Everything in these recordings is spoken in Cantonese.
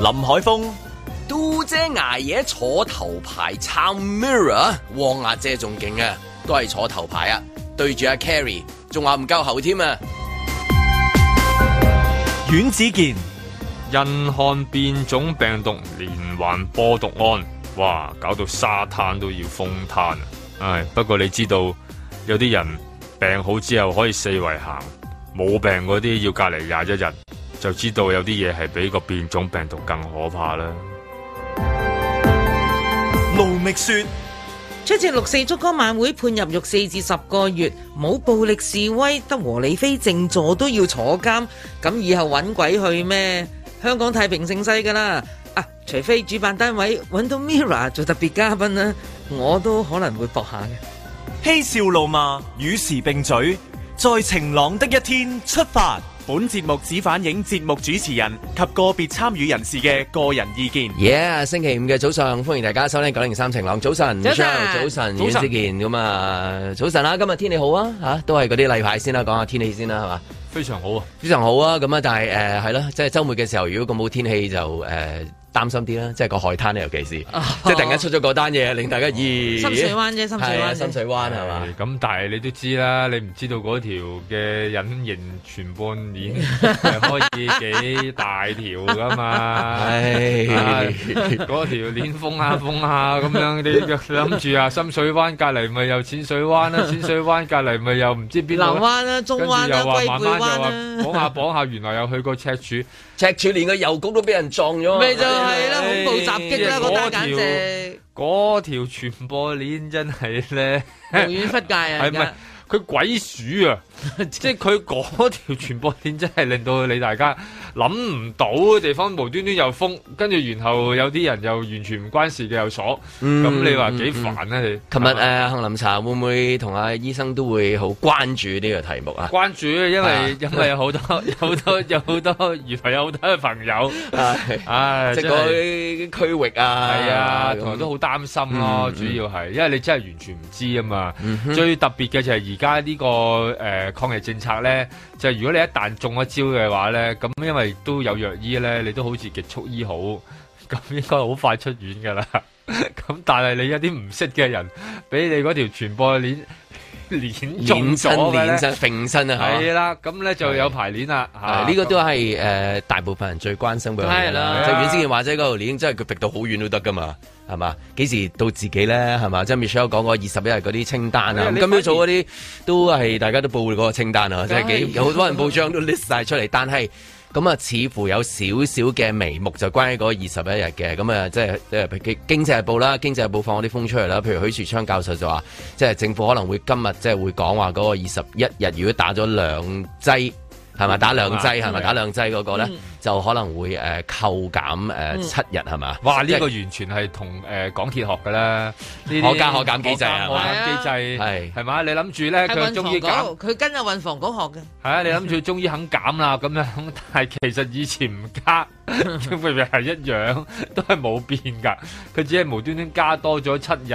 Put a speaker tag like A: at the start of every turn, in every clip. A: 林海峰、
B: 嘟姐捱夜坐頭排撐 Mirror，汪阿姐仲勁啊，都係坐頭排啊，對住阿 Carrie，仲話唔夠喉添啊！
A: 阮子健、
C: 印漢變種病毒連環播毒案，哇！搞到沙灘都要封灘啊！唉，不過你知道有啲人病好之後可以四圍行，冇病嗰啲要隔離廿一日，就知道有啲嘢係比個變種病毒更可怕啦。
A: 盧覓雪、
D: 出席六四燭光晚會判入獄四至十個月，冇暴力示威，得和理非靜坐都要坐監，咁以後揾鬼去咩？香港太平盛世㗎啦，啊，除非主辦單位揾到 Mira 做特別嘉賓啦，我都可能會搏下嘅。
A: 嬉笑怒罵，與時並舉，在晴朗的一天出發。
E: 本節目只反映節目主持人及個別參與人士嘅個人意見。
B: 耶！星期五嘅早上，歡迎大家收聽九零三晴朗早晨，
D: 早晨
B: Michelle，早晨，
E: 早
B: 阮
E: 晨
B: 之健咁啊，早晨啦！今日天氣好啊，嚇都係嗰啲例牌先啦，講下天氣先啦，係嘛？
C: 非常好啊！
B: 非常好啊！咁啊，但係誒係啦，即係週末嘅時候，如果咁好天氣就誒。擔心啲啦，即係個海灘啊咧，尤其是即係突然間出咗嗰單嘢，令大家咦？
D: 啊深水灣啫深水灣啫
B: 係啊深水灣 係嘛？
C: 咁但係你都知啦，你唔知道嗰條嘅隱形傳播鏈係可以幾大條噶嘛？啊
B: 唉，
C: 嗰條鏈封下封下咁樣，你 諗住啊，深水灣隔離咪又淺水灣啦，淺水灣隔離咪又唔知邊
D: 南
C: 度啦，
D: 灣啦、中
C: 跟住
D: 灣啦、
C: 又話
D: 龜
C: 慢
D: 背
C: 慢又
D: 灣啊
C: 話
D: 啦
C: 綁，下綁下，原來又去過赤柱，
B: 赤柱連個郵局都俾人撞咗啊，
D: 咪就係啦，恐怖襲擊啦，
C: 唉
D: 嗰單
C: 嗰條
D: 簡直
C: 嗰條傳播鏈真係咧，
D: 無遠弗屆啊！而
C: 係咪
D: 家？
C: 佢鬼 鼠啊！即係佢嗰條傳播鏈真係令到你大家諗唔到嘅地方，無端端又封，跟住然後有啲人又完全唔關事嘅又鎖，咁
D: 嗯
C: 你話幾煩啊？你
B: 琴日誒杏林茶會唔會同阿醫生都會好關注呢個題目啊？
C: 關注，因
B: 啊
C: 為因為好多 有好多有好多原來有好多嘅朋友，唉，
B: 即係
C: 真係
B: 嗰啲區域啊，
C: 係啊，
B: 咁
C: 同埋都好擔心咯，主要係因為你真係完全唔知啊嘛。
B: 嗯
C: 最特別嘅就係而家呢個誒、呃抗疫政策咧，就係如果你一旦中咗招嘅話咧，咁因為都有藥醫咧，你都好似極速醫好， 咁應該好快出院噶啦。 咁但係你一啲唔識嘅人，俾你嗰條傳播鏈鏈中
B: 連
C: 咗
B: 身
C: 嘅
B: 連
C: 咧
B: 身揈身啊，
C: 係啦，咁咧就有排鏈啦。
B: 嚇！
C: 嚇
B: 啊呢個都係誒大部分人最關心嘅嘢
D: 啊係啦
B: 就阮之健話齋嗰條鏈，真係佢逼到好遠都得噶嘛，係嘛？幾時到自己咧？係嘛？即係 Michelle 講過二十一日嗰啲清單啊，
C: 係
B: 咁
C: 你
B: 今朝早嗰啲都係大家都報嗰個清單啊，即
D: 梗係
B: 係幾有好多人報章都 list 晒出嚟，但係。咁啊，似乎有少少嘅眉目就關於嗰二十一日嘅，咁啊，即係即係譬如經經濟日報啦，經濟日報放我啲風出嚟啦，譬如許樹昌教授就話，即係政府可能會今日即係會講話嗰個二十一日，如果打咗兩劑。係咪
D: 嗯
B: 打兩劑係咪打兩劑嗰個咧，就可能會誒扣減
D: 嗯
B: 誒七日係嘛？
C: 哇！呢、
B: 即係
C: 個完全係同誒港鐵學㗎啦，呢
B: 可加可減機制啊
C: 可減機制
B: 係
C: 係係嘛？你諗住
D: 係
C: 咧，佢
D: 運
C: 終
D: 房
C: 於減，
D: 局，佢跟阿運房局學嘅。
C: 係啊！你諗住終於肯減啦咁樣， 但係其實以前唔加，明明係一樣，都係冇變㗎。佢只係無端端加多咗七日，咁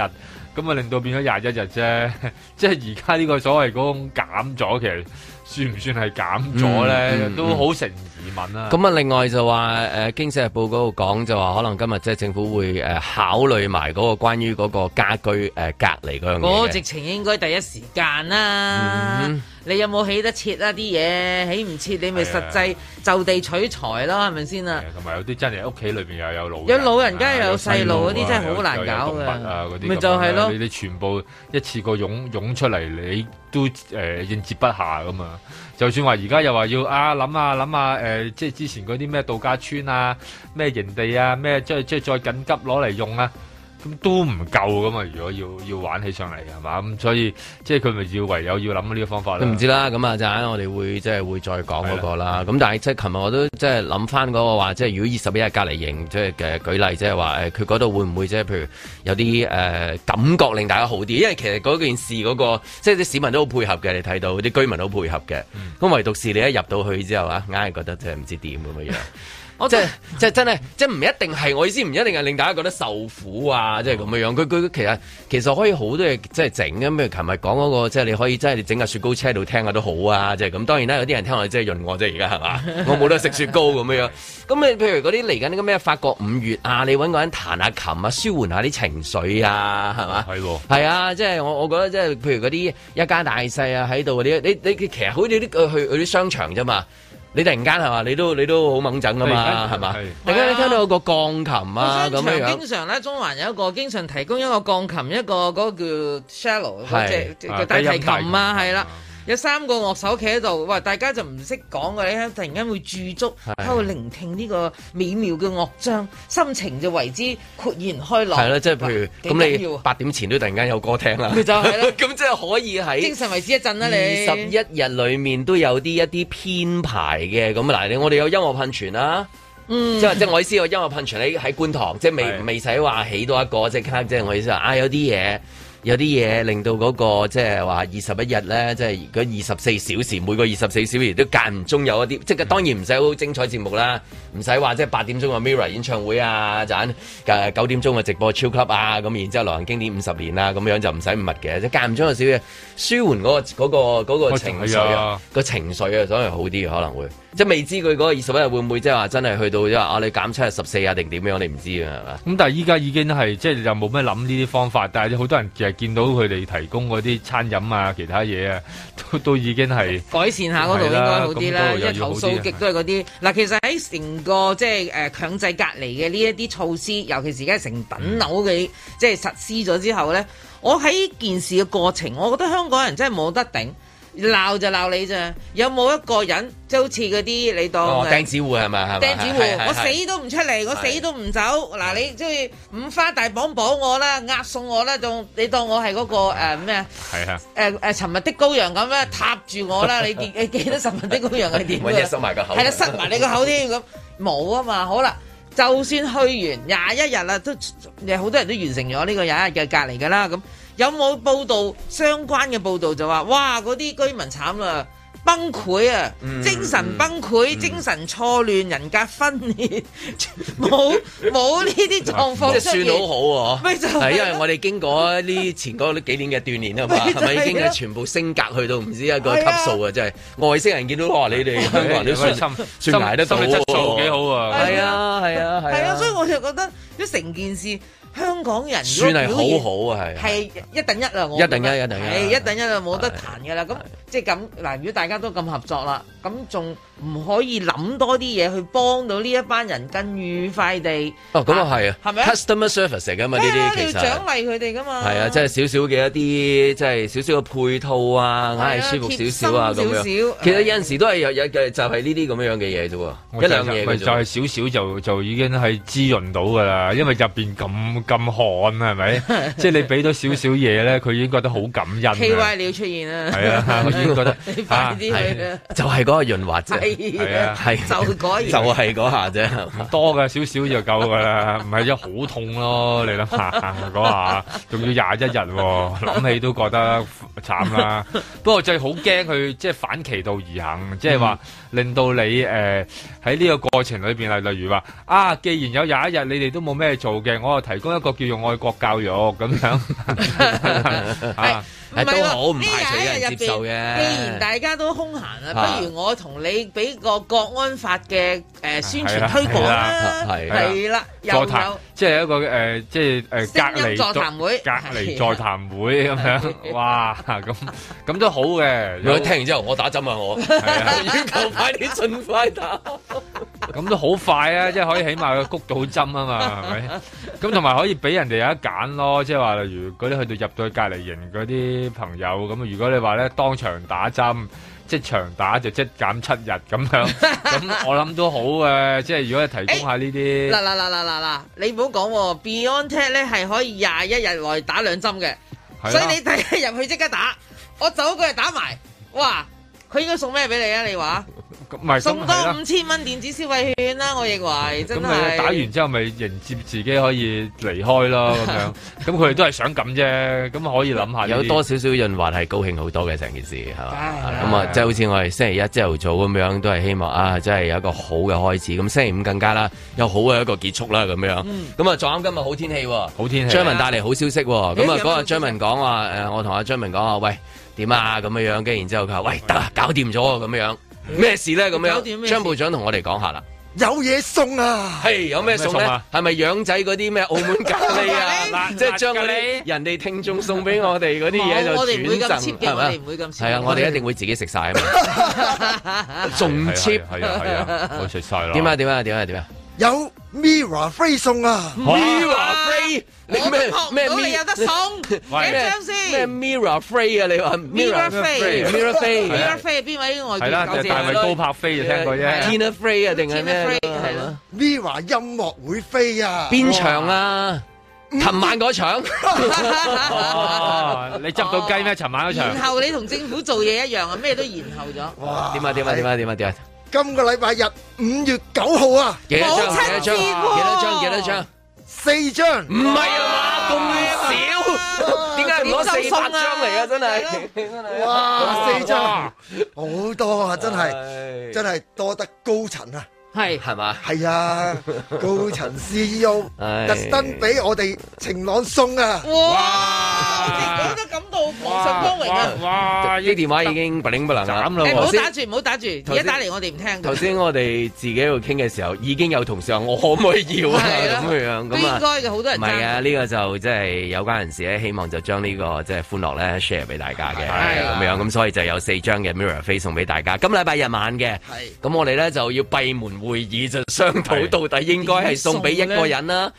C: 啊令到變咗廿一日啫。 即係而家呢個所謂嗰種減咗，其實算唔算係減咗咧？
B: 嗯嗯
C: 都好成疑問
D: 嗯
C: 啊！
B: 咁啊，另外就話誒《經濟日報》嗰度講就話，可能今日即係政府會誒考慮埋嗰個關於嗰個家居誒隔離嗰樣
D: 嗰
B: 嘢
D: 哦直
B: 嘅。
D: 情應該第一時間啦。
B: 嗯
D: 你有冇起得切啊？啲嘢起唔切，你咪實際就地取材啊咯，係咪先啊？
C: 同埋有啲真係屋企裏邊又有老人
D: 有老人家
C: 啊
D: 又有細路嗰
C: 有
D: 啲真係好難
C: 有
D: 搞
C: 有動物啊嗰
D: 嘅，
C: 啲咁樣
D: 咪就係咯
C: 你。你全部一次過湧湧出嚟，你都誒、呃應接不下噶嘛。就算話而家又話要啊諗下諗下誒，即係之前嗰啲咩度假村啊、咩營地啊、咩即係即係再緊急攞嚟用啊。咁都唔夠噶嘛！如果要要玩起上嚟係嘛咁，所以即係佢咪要唯有要諗呢個方法
B: 都
C: 啦。
B: 唔知啦，咁啊，陣間我哋會即係會再講嗰個啦。咁但係即係琴日我都即係諗翻嗰個話，即係如果二十一日隔離營，即係嘅舉例，即係話誒，佢嗰度會唔會即係譬如有啲誒、呃感覺令大家好啲？因為其實嗰件事嗰、個即係啲市民都好配合嘅，你睇到
C: 嗯
B: 啲居民都好配合嘅。咁、唯獨是你一入到去之後啊，硬係覺得即係唔知點咁嘅樣。
D: 我
B: 即
D: 都
B: 係 即係真係，即係唔一定係我意思，唔一定係令大家覺得受苦啊，即係咁樣樣。佢佢佢其實其實可以好多嘢即係整咁，譬如琴日講嗰個即係你可以即係你整架雪糕車喺度聽下都好啊，即係咁。當然啦，有啲人聽落即係潤我啫，而家係 嘛，我冇得食雪糕咁樣樣。咁你譬如嗰啲嚟緊呢個咩法國五月啊，你揾個人彈下琴啊，舒緩下啲情緒啊，係嘛？
C: 係喎
B: 係啊，即係我我覺得即係譬如嗰啲一家大細啊喺度嗰啲，你你你其實好似啲呃去去啲商場啫嘛。你突然間係嘛？你都你都好啊猛整噶嘛，
C: 係
B: 係嘛？
C: 係
B: 突然間你聽到有個鋼琴啊咁樣樣
D: 經，常咧，中環有一個經常提供一個鋼琴，一個嗰個叫 shallow 嗰隻
C: 啊
D: 叫大提
C: 低音
D: 琴啊，係啦
C: 啊。
D: 有三個樂手企喺度，哇！大家就唔識講嘅，你突然間會駐足
B: 係
D: 喺度聆聽呢個美妙嘅樂章，心情就為之豁然開朗。
B: 係啦，即係譬如咁
D: 幾緊要
B: 你
D: 啊
B: 八點前都突然間有歌聽啦，
D: 咪就係咯
B: 咁即係可以
D: 精
B: 喺
D: 神為之一振啦，
B: 二
D: 你
B: 十一日裡面都有啲一啲編排嘅咁嗱，你我哋有音樂噴泉啦。
F: 嗯
D: 嗯
B: 即係即係我意思，我音樂噴泉喺喺觀塘，即係未
C: 係
B: 未使話起到一個即係卡即係我意思話啊，有啲嘢有啲嘢令到嗰、個即係話二十一日咧，即係嗰二十四小時每個二十四小時都間唔中有一啲，即係當然唔使好精彩節目啦，唔使話即係八點鐘嘅 Mirror 演唱會啊，陣誒九點鐘嘅直播超級啊，咁然之後流行經典五十年啊，咁樣就唔使咁密嘅，即係間唔中有少少嘢舒緩嗰、個嗰、個嗰、個
C: 我
B: 情
C: 同意
B: 緒啊
C: 啊。
B: 個情緒啊，所以好啲嘅可能會，即係未知佢嗰個二十一日會唔會即係話真係去到即係話啊你減七日十四啊定點樣，你唔知啊係嘛？
C: 咁但係依家已經係即係又冇咩諗呢啲方法，但係好多人其實見到佢哋提供嗰啲餐飲啊、其他嘢啊，都 都已經係
D: 改善下啊嗰度應該好啲
C: 係
D: 啦，
C: 啦
D: 因為投訴極都係嗰啲。嗱，其實喺成個即係誒強制隔離嘅呢一啲措施，尤其是而家成等樓
B: 嗯
D: 嘅即係實施咗之後呢，我喺件事嘅過程，我覺得香港人真係冇得頂，鬧就鬧你咋，有冇一個人即係好似嗰啲你當
B: 哦，
D: 誒
B: 釘子户係咪？係咪係
D: 釘子
B: 係
D: 戶，
B: 係
D: 我死都唔出嚟，我
B: 係
D: 死都唔走。嗱，你即係五花大綁綁我啦，押送我啦，仲你當我係嗰個誒咩啊？
C: 係啊，
D: 誒誒尋日的羔羊咁咧，踏住 我啦！你記你記得尋日的羔羊係點
B: 揾
D: 㗎
B: 嘢塞埋個口
D: 係啦，塞埋你個口添咁，冇啊嘛！好啦，就算去完廿一日啦，都誒好多人都完成咗呢個廿一日嘅隔離㗎啦。咁有冇報道相關嘅報道就話，哇！嗰啲居民慘啦，崩潰啊，
B: 嗯
D: 精神崩潰、精神錯亂、人格分裂， 冇冇呢啲狀況
B: 即係
D: 出現
B: 算好好
D: 咪
B: 喎，
D: 就係咯
B: 係因為我哋經過呢前嗰幾年嘅鍛鍊啊嘛，
D: 咪
B: 係
D: 就係咯
B: 咪已經係全部升格去到唔知一個級數啊？真係外星人見到哇，你哋香港人都算
C: 哎心
B: 算捱得到
C: 心理質素幾
B: 喎，
C: 好啊！
B: 係啊係啊
D: 係
B: 係
D: 啊，
B: 啊
D: 所以，我就覺得，一成件事，香港人如
B: 算
D: 果
B: 係
D: 表現
B: 好好啊係啊
D: 係一等一啦，我
B: 一等一
D: 覺得
B: 一等一
D: 係一等一啦，冇得彈噶啦。咁
B: 係
D: 即係咁嗱，如果大家都咁合作啦，咁仲唔可以諗多啲嘢去幫到呢一班人更愉快地？
B: 哦咁啊係啊
D: 係咪啊
B: ，customer service 嚟㗎嘛呢
D: 係啊
B: 啲
D: 你
B: 其
D: 要
B: 實
D: 獎。勵佢哋噶嘛？
B: 係啊，即係少少嘅一啲，即係少少嘅配套啊，
D: 啊
B: 硬係舒服少少啊咁
D: 貼
B: 樣。
D: 心少少
B: 其實有陣時都係有有嘅，就係呢啲咁樣樣嘅嘢啫
C: 我
B: 喎，一
C: 就
B: 兩
C: 係
B: 嘢
C: 咪
B: 嘅
C: 就
B: 啫
C: 係
B: 喎。
C: 少少就就已經係滋潤到㗎啦，因為入邊咁咁旱 係咪？即係你俾咗少少嘢咧，佢已經覺得好感恩
D: K
C: 啊
D: Y 你要出現啊！
C: 係 啊，我已經覺得
D: 你快啲去啦！
B: 啊就係嗰個潤滑啫，
D: 係
C: 係啊
B: 係
D: 就嗰
B: 就係嗰下啫。
C: 多嘅少少就夠噶啦，唔係一好痛咯，你諗下嗰下，仲要廿一日喎，諗起都覺得慘啦。不過最好驚佢即係反其道而行，即係話
B: 嗯
C: 令到你誒喺呢個過程裏邊啊，例如話啊，既然有廿一日你哋都冇咩做嘅，我就提供一個叫做愛國教育咁
D: 係
C: 樣啊，
D: 哎唔
B: 係
D: 係
B: 都
D: 喎
B: 好唔
D: 呢
B: 排除有人
D: 廿一日入
B: 接受嘅
D: 邊既然大家都空閒啦，
B: 啊
D: 不如我同你俾個國安法嘅誒宣
C: 啊係啊
D: 傳
C: 啦
D: 推廣啦，
B: 係啦
D: 係啦，又
C: 座談
D: 有
C: 即係一個誒，即係誒
D: 聲
C: 隔
D: 音
C: 離
D: 座談會，啊
C: 隔離座談會咁樣，哇咁咁都好嘅。
B: 如果聽完之後，我打針啊，我 要求快啲，盡快打。
C: 咁都好快啊！即係可以起碼佢谷到針啊嘛，係咪？咁同埋可以俾人哋有得揀咯，即係話例如嗰啲去到入到去隔離營嗰啲朋友咁，如果你話咧當場打針。即場打就即減七日咁 樣，咁我諗都好嘅。即係如果提供下呢
D: 嗱。
C: 啲，
D: 嗱嗱嗱嗱嗱，你唔好講喎，Beyond Tech 咧係可以廿一日內打兩針嘅，
C: 係
D: 所以
C: 啦
D: 你第一日入去即刻打，我走過去打埋，哇！佢應該送咩俾你啊？你話
C: 咁唔係
D: 送
C: 咁
D: 多
C: 係啦
D: 五千蚊電子消費券啦，我認為
C: 咁
D: 真係
C: 你打完之後咪迎接自己可以離開咯咁樣，咁佢哋都係想咁啫，咁可以諗啊下呢
B: 有
C: 啲
B: 多少少潤滑係高興好多嘅成件事係嘛？
D: 係
B: 咁啊
C: 係，
B: 即係好似我哋星期一朝頭早咁樣，都係希望啊，即係有一個好嘅開始。咁星期五更加啦，有好嘅一個結束啦咁樣。
D: 嗯
B: 咁啊，撞啱今日好天氣喎。
C: 好天氣啊
B: 張。文帶嚟好消息喎，咁啊
D: 有咩
B: 嗰
D: 好消
B: 日
D: 息
B: 張文講話誒，我同阿張文講話，喂點啊咁樣樣，跟住然之後佢話喂得啦，搞掂咗啊咁樣，咩事咧咁
D: 嗯搞掂咩
B: 樣？
D: 事
B: 張部長同我哋講下啦，
G: 有嘢送啊！
B: 係有咩送
C: 有咩送
B: 咧
C: 啊？
B: 係咪養 仔嗰啲咩澳門咖 喱啊？
C: 喱
B: 即係將嗰
C: 辣咖
B: 啲人哋聽眾送俾我哋嗰啲嘢
D: 冇
B: 就
D: 我哋唔會
B: 轉
D: 咁
B: 贈
D: cheap 嘅，
B: 係
D: 我
B: 咪
D: 哋唔？會咁 cheap。
B: 係啊，我哋一定會自己食 晒啊嘛，仲 cheap
C: 係啊係 啊，我食晒啦。
B: 點啊？點啊？點啊？點啊
G: 有 Mira 飛送啊！
B: ？Mirror Free，你
D: 我
B: 咩
D: 都
B: 咩
D: 學唔到你
B: Mi-
D: 有得送，
C: 喂
D: 幾張
B: 咩
D: 先
B: Mirror Free 啊？你話
D: Mirror Free
B: Mirror Free
C: 係啊
D: Mirror Free 係邊位外
C: 係
D: 國
C: 啦，
D: 搞
C: 就
D: 者
C: 係大
D: 啊
C: 衛高柏飛就聽過啫。
B: Tina Fey 啊，定係咩
D: Tina Fey，？係咯
G: Mira 音樂會飛啊！
B: 邊場啊？琴晚 嗰場，
C: 哦，你執到雞咩？尋晚嗰場
D: 然。後你同政府做嘢一樣啊，咩都延後咗。
G: 哇
B: 點啊點啊點啊點啊點啊！
G: 今個禮拜日五月九號啊，
B: 幾多張？幾多張？幾
D: 母親節喎
B: 多張？幾多張？
G: 四張
B: 唔係啊嘛，咁少， 點解唔攞四百張嚟啊？真係
G: 哇，四張
C: 哇
G: 好多啊，真係真係多得高層啊！
D: 係
B: 係嘛？
G: 係啊，高層 CEO
B: 唉
G: 特登俾我哋晴朗送啊！
D: 哇！政府都感到皇上光榮啊！
C: 哇！
B: 啲啊電話已經 bling 不能啦
C: 斬啦喎。
D: 誒唔
B: 頭
D: 好
B: 先
D: 打住，唔好打住，而
B: 頭
D: 家
B: 先
D: 打嚟我哋唔聽
B: 頭
D: 㗎。
B: 先我哋自己喺度傾嘅時候，已經有同事話我可唔可以要啊？
D: 係啦
B: 咁樣咁
D: 都
B: 啊
D: 應。該嘅，好多人
B: 唔係啊，
D: 爭。
B: 呢、個就即係有關人士咧，希望就將呢、個即係歡樂咧 share 俾大家嘅
C: 係
D: 啊
B: 咁樣，咁所以就有四張嘅 mirror 飛送俾大家。今禮拜日晚嘅，咁我哋咧就要閉門會議，就商討
C: 係
B: 到底應該係送俾一個人啦。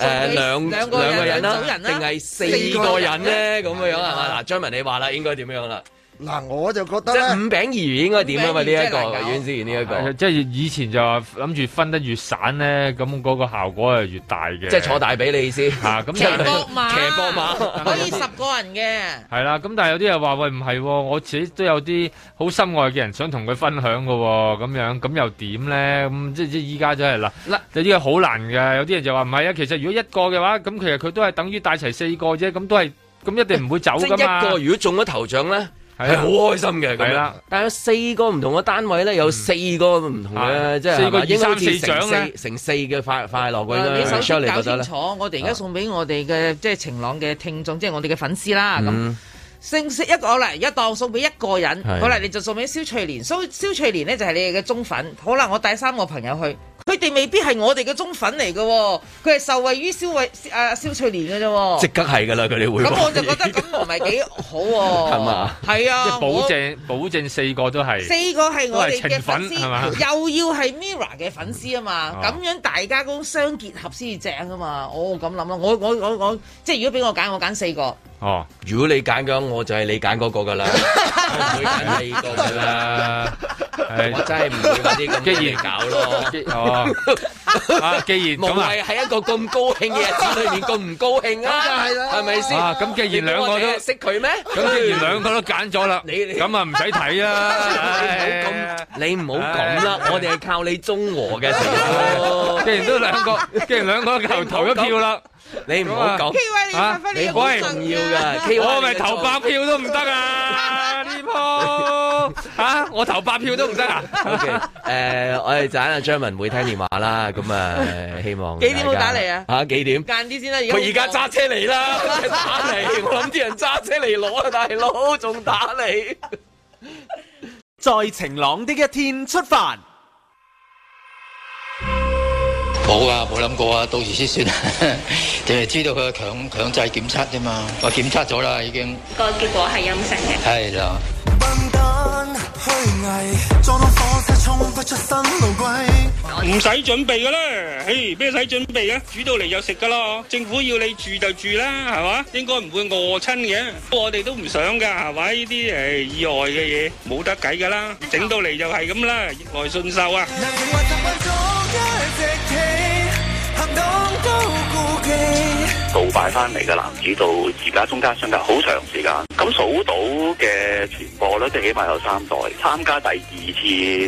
B: 誒
D: 送俾
B: 兩
D: 兩個人
B: 個人啦
D: 兩組，人啦
B: 定係四個人咧？咁樣係
D: 啊
B: 嘛？嗱，張文你話啦，應該點樣啦？
G: 嗱，我就覺得
B: 即係
G: 咧，
B: 五餅二魚應該點啊？嘛呢一
D: 五餅
B: 個
D: 二魚真係難搞
B: 阮之賢呢一個，
C: 即係以前就話諗住分得越散咧，咁嗰個效果係越大嘅。
B: 即係坐大髀你意 思？
C: 嚇咁
D: 騎
C: 但係
D: 膊馬，
B: 騎膊馬
D: 可以十個人嘅。
C: 係啦，咁但係有啲人話喂唔係喎，我自己都有啲好心愛嘅人想同佢分享嘅喎，咁樣咁又點咧？咁即即依家真係啦，
D: 嗱
C: 就呢個好難嘅。有啲人就話唔係啊，其實如果一個嘅話，咁其實佢都係等於帶齊四個啫，咁都係咁一定唔會走
B: 即
C: 噶嘛。
B: 係一個如果中咗頭獎咧。係好開心嘅，咁
C: 係
B: 樣
C: 啦。嗯
B: 但係有四個唔同嘅單位咧，有四個唔同嘅，
C: 係
B: 即係
C: 四個
B: 係嘛
C: 二
B: 應該好似
C: 三四
B: 成
C: 獎咧
B: 成四嘅快快樂嗰
D: 啊你首
B: 啲。
D: 先
B: 你覺
D: 搞
B: 得啊
D: 清
B: 咧？
D: 楚，我哋而家送俾我哋嘅即係晴朗嘅聽眾，即係我哋嘅粉絲
B: 啊
D: 啦。
B: 嗯
C: 嗯
D: 咁星星一個好啦，而家當送俾一個人，
B: 係
D: 好啦，你就送俾蕭翠蓮。蕭蕭翠蓮呢，就係你哋嘅忠粉。好啦，我帶三個朋友去，佢哋未必係我哋嘅忠粉嚟嘅喎，佢係受惠於蕭慧啊蕭翠蓮嘅啫喎。
B: 即刻係㗎啦，佢哋會話。
D: 咁我就覺得咁唔係幾好 喎。
B: 係嘛？
D: 係啊，
C: 即係保
D: 我
C: 證保證四個都係。
D: 四個係我哋嘅粉
C: 都係情粉係嘛
D: 絲，又要係 Mira 嘅粉絲啊嘛，
C: 哦
D: 咁樣大家嗰種相結合先至正啊嘛，我咁諗啦，我我我我即係如果俾我揀，我揀四個，
C: 哦，
B: 如果你揀嘅，我就係你揀嗰個㗎啦，我唔會揀你個
C: 係
B: 㗎啦。
C: 啦，
B: 我
C: 係
B: 真係唔會嗰啲咁嘅
C: 既
B: 嘢
C: 然
B: 搞咯。
C: 哦，啊，既然
B: 無
C: 咁啊。
B: 謂喺一個咁高興嘅日子裏面咁唔高興啊，
G: 咁就係啦
B: 係咪先？
C: 啊咁既然
B: 你估我哋
C: 兩個都
B: 識佢咩？
C: 咁既然兩個都揀咗啦，
B: 你你
C: 咁啊唔使睇啦。
B: 你唔好咁啦，我哋係靠你中和嘅時候
C: 唉。既然都兩個，既然兩個投投一票啦，
B: 你唔好
D: ，K
B: 咁，
D: 位你發
C: 啊
D: 揮
B: 你
D: 你
B: 好
D: 嘅
C: 喂
D: 功
B: 重
D: 能
B: 要
D: 啊
B: 噶。K
C: 我咪投八票都唔得啊！呢 鋪嚇我投八票都唔得啊！
B: O K，誒，我哋陣啊間阿張文會聽電話啦，咁啊，希望
D: 幾點好打嚟啊
B: 嚇幾點？
D: 間啲先啦，
B: 嗯佢而家
D: 好
B: 揸車嚟啦，打嚟，我諗啲人揸車嚟攞啊，大佬仲打你。
E: 在晴朗的一天出發。
H: 冇啊，冇諗過啊，到時先算， 淨係知道佢強強制檢測啫嘛，我檢測咗啦已經，
I: 個結果係陰性嘅。
H: 係啦。
F: 笨蛋虛偽，撞到火車衝不出新路軌。
J: 唔使準備噶啦，嘿，咩使準備嘅？煮到嚟就食噶啦，政府要你住就住啦，係嘛？應該唔會餓親嘅，我哋都唔想噶，係咪？呢啲誒意外嘅嘢冇得計噶啦，整到嚟就係咁啦，逆來順受啊！
F: 人情話習慣咗一直企，行動都顧忌。
J: 告白
I: 買翻嚟嘅男子到而家中間相隔好長時間，咁數到嘅傳播咧，即係起碼有三代。參加第二次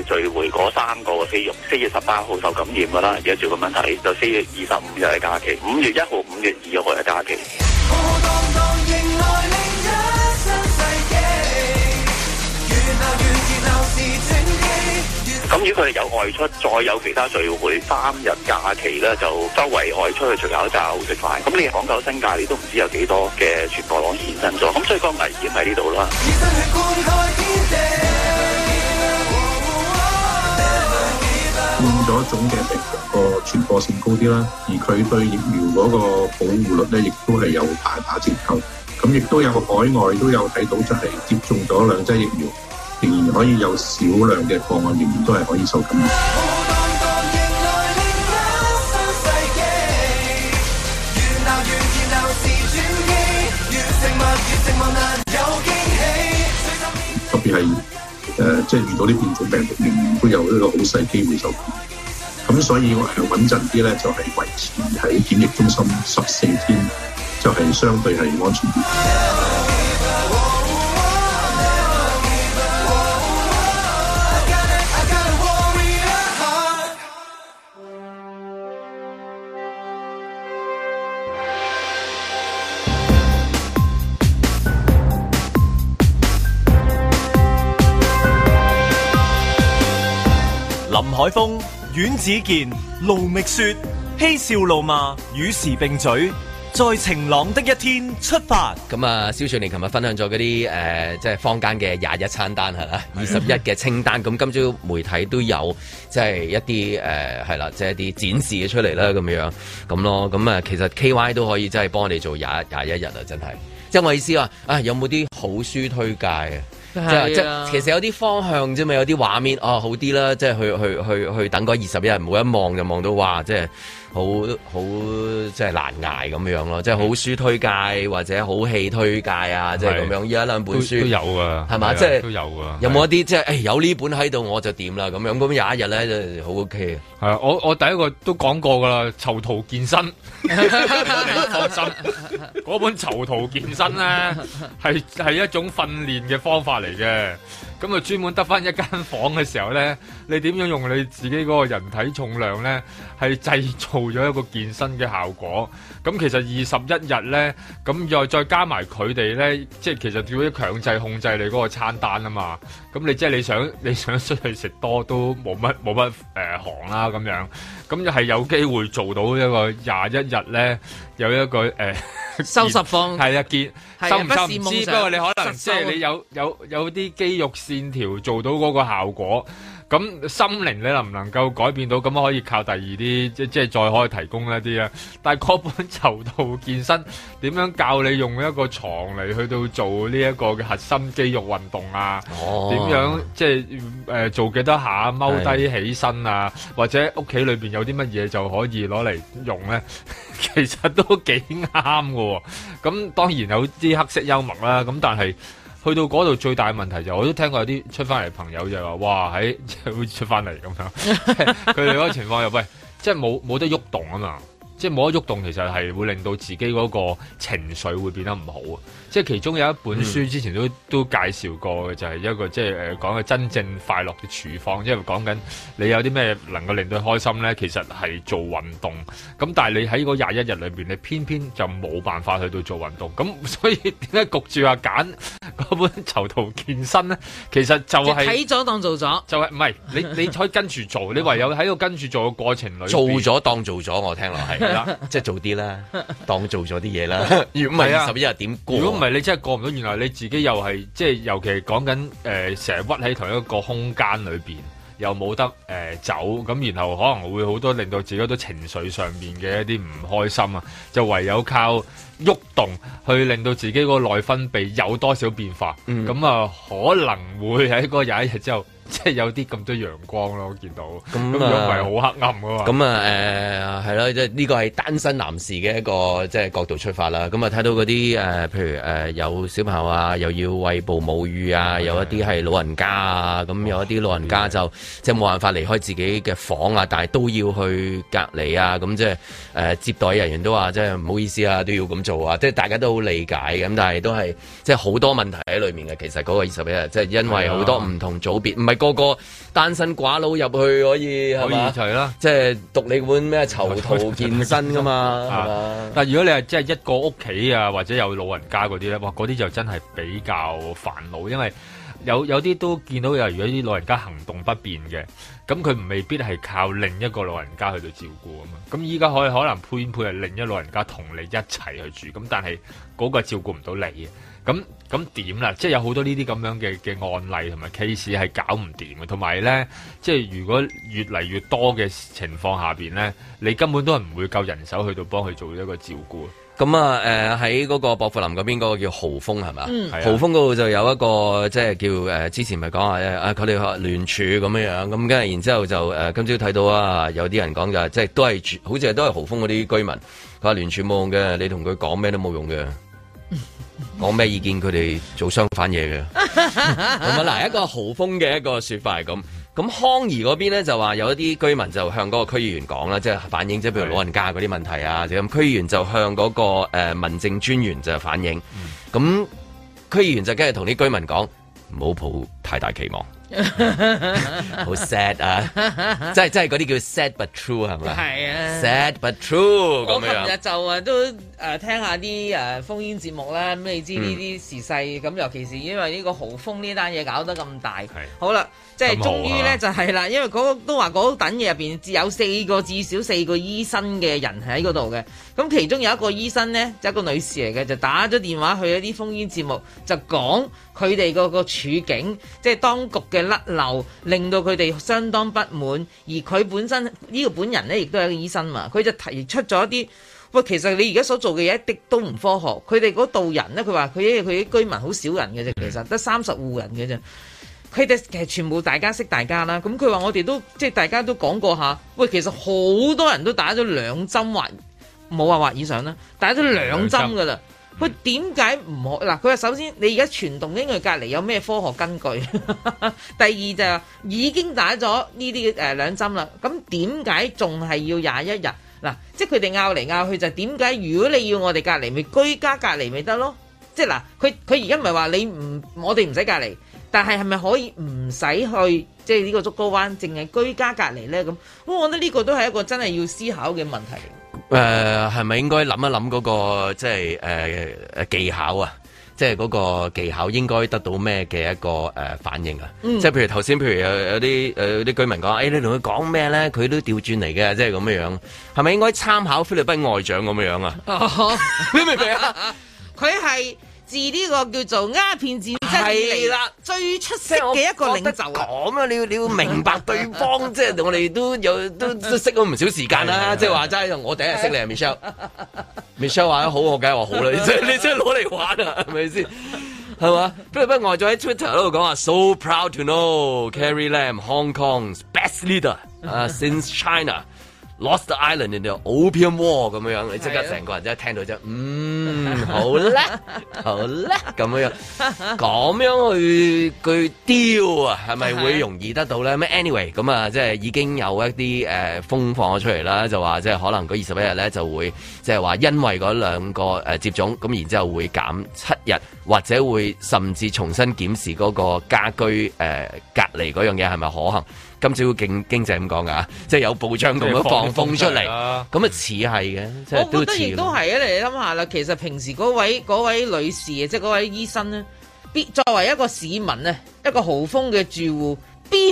I: 聚會嗰三個嘅菲傭，四月十八號受感染㗎啦，而家照咁樣睇，就四月二十五日係假期，五月一號、五月二號係假期。咁如果佢哋有外出，再有其他聚會，三日假期咧就周圍外出去除口罩食飯。咁你講究新界，你都唔知有幾多嘅傳播網延伸咗。咁所以個危險喺呢度啦。
K: 變咗種嘅病毒個傳播性高啲啦，而佢對疫苗嗰個保護率咧，亦都係有大打折扣。咁亦都有海外都有睇到，就係接種咗兩劑疫苗，仍然可以有少量嘅個案，仍然都係可以受感染。特別係誒、呃即係遇到啲變種病毒，仍然都有一個好細機會受感染。咁所以我係穩陣啲咧，就係、維持喺檢疫中心十四天，就係、相對係安全啲。
A: 林海峰、阮子健、卢觅雪，嬉笑怒骂，与时并举，在晴朗的一天出发。
B: 咁啊，蕭翠蓮琴日分享咗嗰啲誒，即係坊間嘅廿一餐單係啦，二十一嘅清單。咁今朝媒體都有即係一啲誒係啦，即係一啲展示嘅出嚟啦，咁樣咁咯。咁啊，其實 K Y 都可以真係幫我哋做廿廿一日啊，真係。即係我意思話啊，有冇啲好書推介啊？即係即
D: 係
B: 係
D: 啊
B: 其實有啲方向啫嘛，有啲畫面哦好啲啦，即係去去去去等嗰二十一日，唔好一望就望到哇，即係好好即係難捱咁樣
C: 嗯
B: 咯，即係好書推介或者好戲推介啊，即係咁樣。
C: 係
B: 有一兩本
C: 都
B: 書
C: 都有啊
B: 係
C: 係
B: 嘛？
C: 啊
B: 即係
C: 都有啊
B: 有冇一啲即係誒有呢本喺度我就掂啦咁樣，咁有一日咧就好 OK 啊。
C: 係啊，我我第一個都講過噶啦，囚徒健身，你 放心，嗰本囚徒健身咧係係一種訓練嘅方法嚟嘅。咁啊，專門得翻一間房嘅時候咧，你點樣用你自己嗰個人體重量咧，係製造咗一個健身嘅效果。咁其實二十一日咧，咁又再加埋佢哋咧，即係其實叫啲強制控制你嗰個餐單啊嘛。咁你即係你想 你想出去食多都冇乜冇乜誒行啦咁樣，咁就係有機會做到一個廿一日咧有一個誒、呃、
D: 收拾放
C: 係啊見
D: 係啊
C: 收唔收
D: 不是
C: 唔
D: 夢
C: 知，
D: 想
C: 不過你可
D: 實
C: 能即
D: 收啊
C: 係你有有有啲肌肉線條做到嗰個效果。咁心靈你能唔能夠改變到？咁可以靠第二啲，即即係再可以提供一啲啊。但係嗰本囚徒健身點樣教你用一個床嚟去到做呢一個嘅核心肌肉運動啊？點、
B: 哦
C: 樣即係誒、呃做幾多下踎低
B: 係
C: 起身啊？或者屋企裏邊有啲乜嘢就可以攞嚟用咧？ 其實都幾啱嘅喎。咁當然有啲黑色幽默啦。咁但係。去到嗰度最大問題就我都聽過有啲出翻嚟朋友就係話：哇，喺即係 會出翻嚟咁樣。 佢哋嗰個情況又喂，即係冇冇得喐動啊嘛，即係冇得喐動，其實係會令到自己嗰個情緒會變得唔好啊。即係其中有一本書之前都、都介紹過嘅，就係、一個即係誒講嘅真正快樂嘅處方，因為講緊你有啲咩能夠令到開心咧，其實係做運動。咁但係你喺嗰廿一日裏邊，你偏偏就冇辦法去到做運動。咁所以點解焗住話揀嗰本囚徒健身咧？其實
B: 啊
C: 就
D: 就
C: 係、
D: 睇咗哦當做咗。
C: 就係唔係你你可以跟住做，你唯有喺度跟住做嘅過程裏邊
B: 做咗當做咗，我聽落係
C: 係啦，
B: 即係做啲啦，當做咗啲嘢 啦。如果唔係
C: 係
B: 二
C: 啊
B: 十一日點過啊？
C: 如果唔係，你真係過唔到，原來你自己又係即係，尤其係講緊誒，成日屈喺同一個空間裏邊，又冇得誒、呃走，咁然後可能會好多令到自己好多情緒上面嘅一啲唔開心啊，就唯有靠喐動去令到自己個內分泌有多少變化，咁啊、可能會喺嗰廿一日之後。即係有啲咁多陽光咯，我見到咁
B: 咁
C: 樣唔係好黑暗噶嘛。
B: 咁啊啊誒係咯，即係呢個係單身男士嘅一個即係角度出發啦。咁啊睇到嗰啲誒，譬如誒、呃有小朋友啊，又要餵哺母乳啊，有一啲係老人家啊，咁有一啲老人家就即係冇辦法離開自己嘅房啊，但係都要去隔離啊，咁即係誒接待人員都話即係唔好意思啊，都要咁做啊，即係大家都好理解嘅咁，但係都係即係好多問題喺裡面嘅。其實嗰個二十一日，即係啊因為好多唔同組別，唔係個個單身寡佬入去可以係
C: 可以
B: 嘛？
C: 係啦。
B: 即係讀你本咩囚徒健身噶嘛，係
C: 啊
B: 嘛？
C: 但如果你係即係一個屋企啊，或者有老人家嗰啲咧，哇！嗰啲就真係比較煩惱，因為有有啲都見到有如果啲老人家行動不便嘅，咁佢唔未必係靠另一個老人家去到照顧啊嘛。咁依家可以可能配配係另一老人家同你一齊去住，咁但係嗰個照顧唔到你嘅。咁咁點啦？即係有好多呢啲咁樣嘅嘅案例同埋 case 係搞唔掂嘅，同埋咧，即係如果越嚟越多嘅情況下邊咧，你根本都係唔會夠人手去到幫佢做一個照顧。
B: 咁啊，誒喺嗰個薄扶林嗰邊嗰個叫豪峰係嘛？
C: 嗯係啊
B: 豪峰嗰度就有一個即係叫誒、呃之前咪講話誒啊，佢哋話聯署咁樣樣，咁跟住然之後就誒、呃今朝睇到啊，有啲人講就係即係都係 住好似係都係豪峰嗰啲居民，佢話聯署冇用嘅，你同佢講咩都冇用嘅，講咩意見佢哋做相反嘢嘅。咁啊，嗱，一個豪峰嘅一個説法係咁。咁康怡嗰邊咧就話有一啲居民就向嗰個區議員講啦，即係反映即係譬如老人家嗰啲問題啊，咁區議員就向嗰、個、呃、民政專員就反映，咁、區議員就梗係同啲居民講唔好抱太大期 望， 好 sad 啊！即係即係嗰啲叫 sad but true 係咪？
D: 係啊
B: sad but true
D: 我
B: 咁
D: 琴日
B: 樣。
D: 就啊都誒、呃、聽下啲誒烽煙節目啦，咁你知
B: 嗯
D: 呢啲時勢，咁、尤其是因為呢個豪風呢單嘢搞得咁大，好啦，即係
L: 咁豪
D: 終於
L: 啊
D: 咧就係啦，因為嗰、都話嗰等嘢入邊有四個至少四個醫生嘅人喺嗰度嘅，咁其中有一個醫生咧就一個女士嚟嘅，就打咗電話去一啲烽煙節目，就講佢哋嗰個處境，即係當局嘅甩漏，令到佢哋相當不滿，而佢本身呢、個本人咧亦都係一個醫生嘛，佢就提出咗一啲。喂，其實你而家所做嘅嘢一啲都唔科學。佢哋嗰度人咧，佢話佢因為佢啲居民好少人嘅啫，其實得三十戶人嘅啫。佢哋其實全部大家識大家啦。咁佢話我哋都即係大家都講過下，喂，其實好多人都打咗兩針或冇話或以上啦，打咗兩針噶啦。喂，點解唔可嗱？佢話首先你而家傳動因佢隔離有咩科學根據？第二就係已經打咗呢啲誒兩針啦，咁點解仲係要廿一日？嗱，即係佢哋拗嚟拗去就係點解？如果你要我哋隔離，咪居家隔離咪得咯？即係嗱，佢佢而家唔係話你唔，我哋唔使隔離，但係係咪可以唔使去即係呢個竹篙灣，淨係居家隔離咧？咁，我覺得呢個都係一個真係要思考嘅問題。
B: 誒呃係咪應該諗一諗嗰、個即係誒誒技巧啊？即係嗰個技巧應該得到咩嘅一個誒、呃反應啊？
M: 嗯
B: 即係譬如頭先，譬如有有啲誒有啲居民講，誒、哎你同佢講咩咧，佢都調轉嚟嘅，即係咁樣樣，係咪應該參考菲律賓外長咁樣樣啊？
D: 你哦明唔明啊？ 佢係自呢個叫做鴉片戰爭以嚟
B: 係啦，
D: 最出色嘅一個領袖啊！
B: 咁啊，你要你要明白對方，即係我哋都有都都識咗唔少時間啦。即係話齋，我第一日識你啊係 Michelle，Michelle 話得好，我梗係話好啦。你真係你真係攞嚟玩啊，係咪先？係嘛？不如不如外咗喺 Twitter 嗰度講話，so proud to know Carrie Lam Hong Kong's best leader 啊，since China lost the island in the Opium War 咁樣樣，你即刻成個人真係聽到啫，嗯，好 啦，好啦，咁樣樣。咁樣去去雕啊，係咪會容易得到咧？咩？anyway，咁啊，即係已經有一啲誒、呃、風放咗出嚟啦，就話即係可能嗰二十一日咧就會即係話因為嗰兩個誒、呃接種，咁然之後會減七日，或者會甚至重新檢視嗰個家居誒、呃隔離嗰樣嘢係咪可行？今朝經經濟咁講㗎，即係有報章咁樣放風出嚟，咁啊似係嘅，即係
D: 我
B: 都
D: 覺得亦
B: 似
D: 都
B: 咯。
D: 係啊！你諗下啦，其實平時嗰位嗰位女士啊，即係嗰位醫生咧，必作為一個市民啊，一個豪風嘅住戶，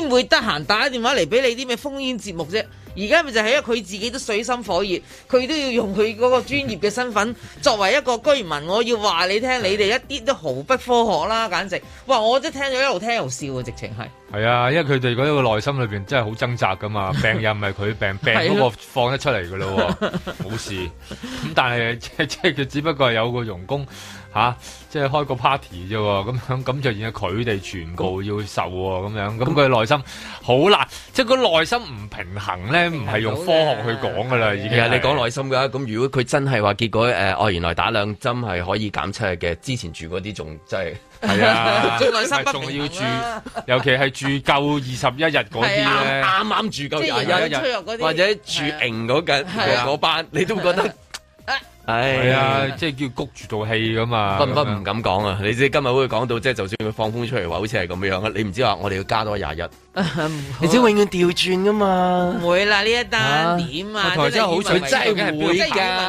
D: 邊會得閒打電話嚟俾你啲咩烽煙節目啫？而家咪就係因為佢自己都水深火熱，佢都要用佢嗰個專業嘅身份，作為一個居民，我要話你聽，你哋一啲都毫不科學啦，簡直！哇！我真係聽咗一路聽一路笑啊，直情係。
C: 係啊，因為佢哋嗰個內心裏邊真係好掙扎噶嘛，病又唔係佢病，病嗰個放得出嚟噶咯喎， 冇事。咁但係 即即係佢只不過係有個傭工吓、即係開個 party 啫喎，咁樣咁就然後佢哋全部要受喎，咁樣咁佢內心好難，即係個內心唔平衡咧，唔係用科學去講噶啦，已經
B: 係啊，
C: 係。
B: 你講內心㗎。咁如果佢真係話結果誒，呃哦原來打兩針係可以減七日嘅，之前住嗰啲仲真係
C: 係啊
D: 仲內心不
C: 仲
D: 平
C: 要
D: 衡
C: 住
D: 啦，
C: 尤其係住夠二十一日嗰啲咧，
B: 啱啱住夠
D: 即係
B: 廿一
D: 營養出入嗰
B: 日，
D: 啲
B: 或者住營嗰緊
D: 係啊
B: 嗰班，你都覺得。 唉，
C: 係啊，即係叫谷住道氣噶嘛。
B: 不不唔敢講啊！你知今日會講到，即係就算佢放風出嚟話，好似係咁樣啊！你唔知話我哋要加多廿日， 你知永遠調轉噶嘛？
D: 唔會啦，呢一單點啊？
B: 我真係好
D: 想
B: 想，真係會
D: 真係以為
B: 㗎，
C: 我真係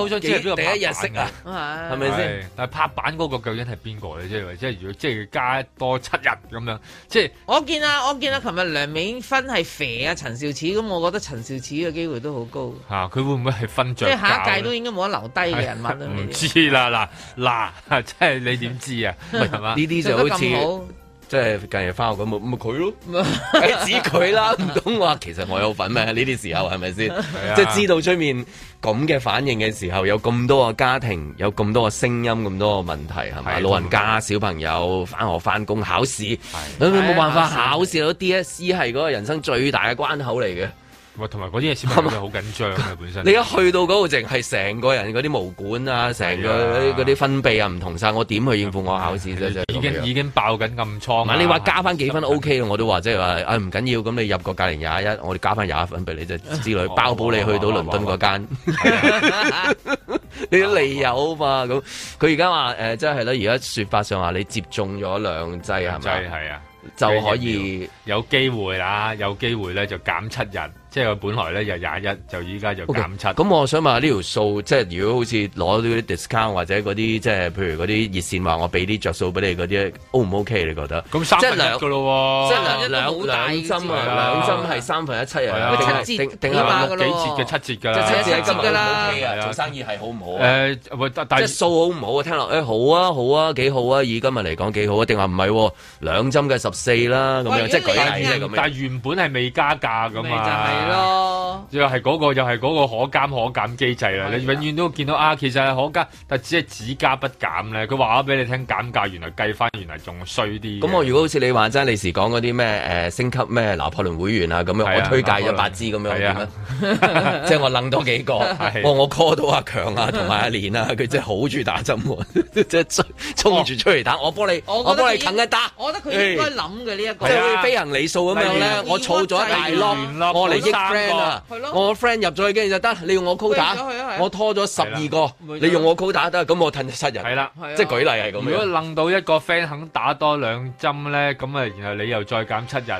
C: 好想知係邊個
B: 第一日識啊！係
D: 係
B: 咪先？
C: 但係拍板嗰個究竟係邊個咧？即係即係如果即係加多七日咁樣，即係
D: 我見啊，我見啊，琴日梁美芬係肥啊陳肇始，咁我覺得陳肇始嘅機會都好高，
C: 嚇啊佢會唔會係瞓
D: 即
C: 着覺
D: 係
C: 咧？
D: 下一屆都應該冇得留低嘅人物 啦。
C: 唔知啦，嗱嗱，即係你點知啊？係嘛？
B: 呢啲就
D: 做得
B: 好
D: 咁
B: 似
D: 好。
B: 即係近日翻學咁，咪咪佢 咯，哎指佢啦，唔通話其實我有份咩？呢啲時候係咪先
C: 啊？
B: 即係知道出面咁嘅反應嘅時候，有咁多個家庭，有咁多個聲音，咁多個問題係咪？
C: 係
B: 老人家、小朋友翻學、翻工、考試，咁你冇辦法考試到 DSE E 係嗰個人生最大嘅關口嚟嘅。
C: 喂同埋嗰啲嘢小朋友真係好緊張嘅本身。
B: 你一去到嗰度，淨係成個人嗰啲毛管啊，成個
C: 係啊
B: 嗰啲分泌啊唔同晒，我點去應付我考試啫？就係咁
C: 已
B: 樣
C: 經已經爆緊暗
B: 唔
C: 瘡啊。
B: 係你話加翻幾分 O K 我都話即係話啊唔緊要，咁你入個隔離廿一，我哋加翻廿一分俾你啫之類，包保你去到倫敦嗰間，你都利有嘛咁。佢而家話誒，即係咧，而家説法上話你接種咗兩劑係
C: 就
B: 咪？
C: 係啊，
B: 就可以
C: 有機會啦，有機會咧就減七日，即係本來咧就廿一，就依家就
B: OK，
C: 減七。
B: 咁我想問下呢條數，即係如果好似攞到啲 discount 或者嗰啲即係譬如嗰啲熱線話我俾啲着數俾你嗰啲，O 唔 O K？你覺得？
C: 咁三
B: 即係
C: 分
B: 兩
C: 一噶咯
B: 即
C: 喎，
B: 係兩兩兩針
C: 係
B: 啊，
C: 啊
B: 兩針係三分一七
C: 係
B: 啊
C: 啊，
B: 定係
D: 七折
B: 定定
D: 起
B: 係
D: 碼
B: 話
D: 㗎
B: 六
D: 咯
C: 幾折嘅七折㗎啦，
B: 即係
D: 係
B: 即係今日
D: 㗎啦
B: 好 OK
C: 係
B: 啊，
C: 啊
B: 做生意係好唔好啊？
C: 誒，喂，但
B: 即
C: 但
B: 係數好唔好啊？聽落，誒好啊，好啊，幾好啊！以今日嚟講幾好啊？定話唔係喎？兩針嘅十四啦，咁樣
D: 喂
B: 即係舉例啫
D: 如
B: 咁
D: 果
B: 樣。
C: 但原本係未加價噶
D: 咪
C: 嘛，
D: 就係咯，
C: 又係嗰個又係嗰個可減可減機制啦。你永遠都見到啊，其實係可加，但只係只加不減咧。佢話咗俾你聽減價，原來計翻原來仲衰啲嘅。
B: 咁我如果好似你話齋，你時講嗰啲咩誒升級咩拿破崙會員啊咁樣，
C: 係啊
B: 我推介咗
C: 拿破崙
B: 八支咁樣
C: 係
B: 點
C: 啊
B: 啊？ 即係我楞多幾個，
C: 係
B: 我我 call 到阿強啊，同埋阿連啊，佢真係好中意打針喎， 即係衝衝住出嚟
C: 哦
B: 打，我幫你，
D: 我
B: 我
D: 覺得
B: 幫你
D: 佢
C: 啊
B: 啃一打，
D: 我覺得佢應該
B: 誒
D: 諗嘅呢一個
B: 即係。
C: 係
B: 會
C: 啊
B: 飛行理數咁樣
D: 例
B: 咧，
D: 如
B: 我儲咗一大
D: 例如
B: 粒，我嚟益 friend 啊
D: 係咯，
B: 我 friend 入咗去跟住就得，你用我 quota，
D: 喂咗佢啊係啊
B: 我拖咗十二個，
C: 係啦
B: 你用我 quota 得，咁我褪七人，
C: 係啦
D: 係啊
B: 即係舉例係咁
C: 如果
B: 樣。
C: 楞到一個 friend 肯打多兩針咧，咁啊，然後你又再減七日，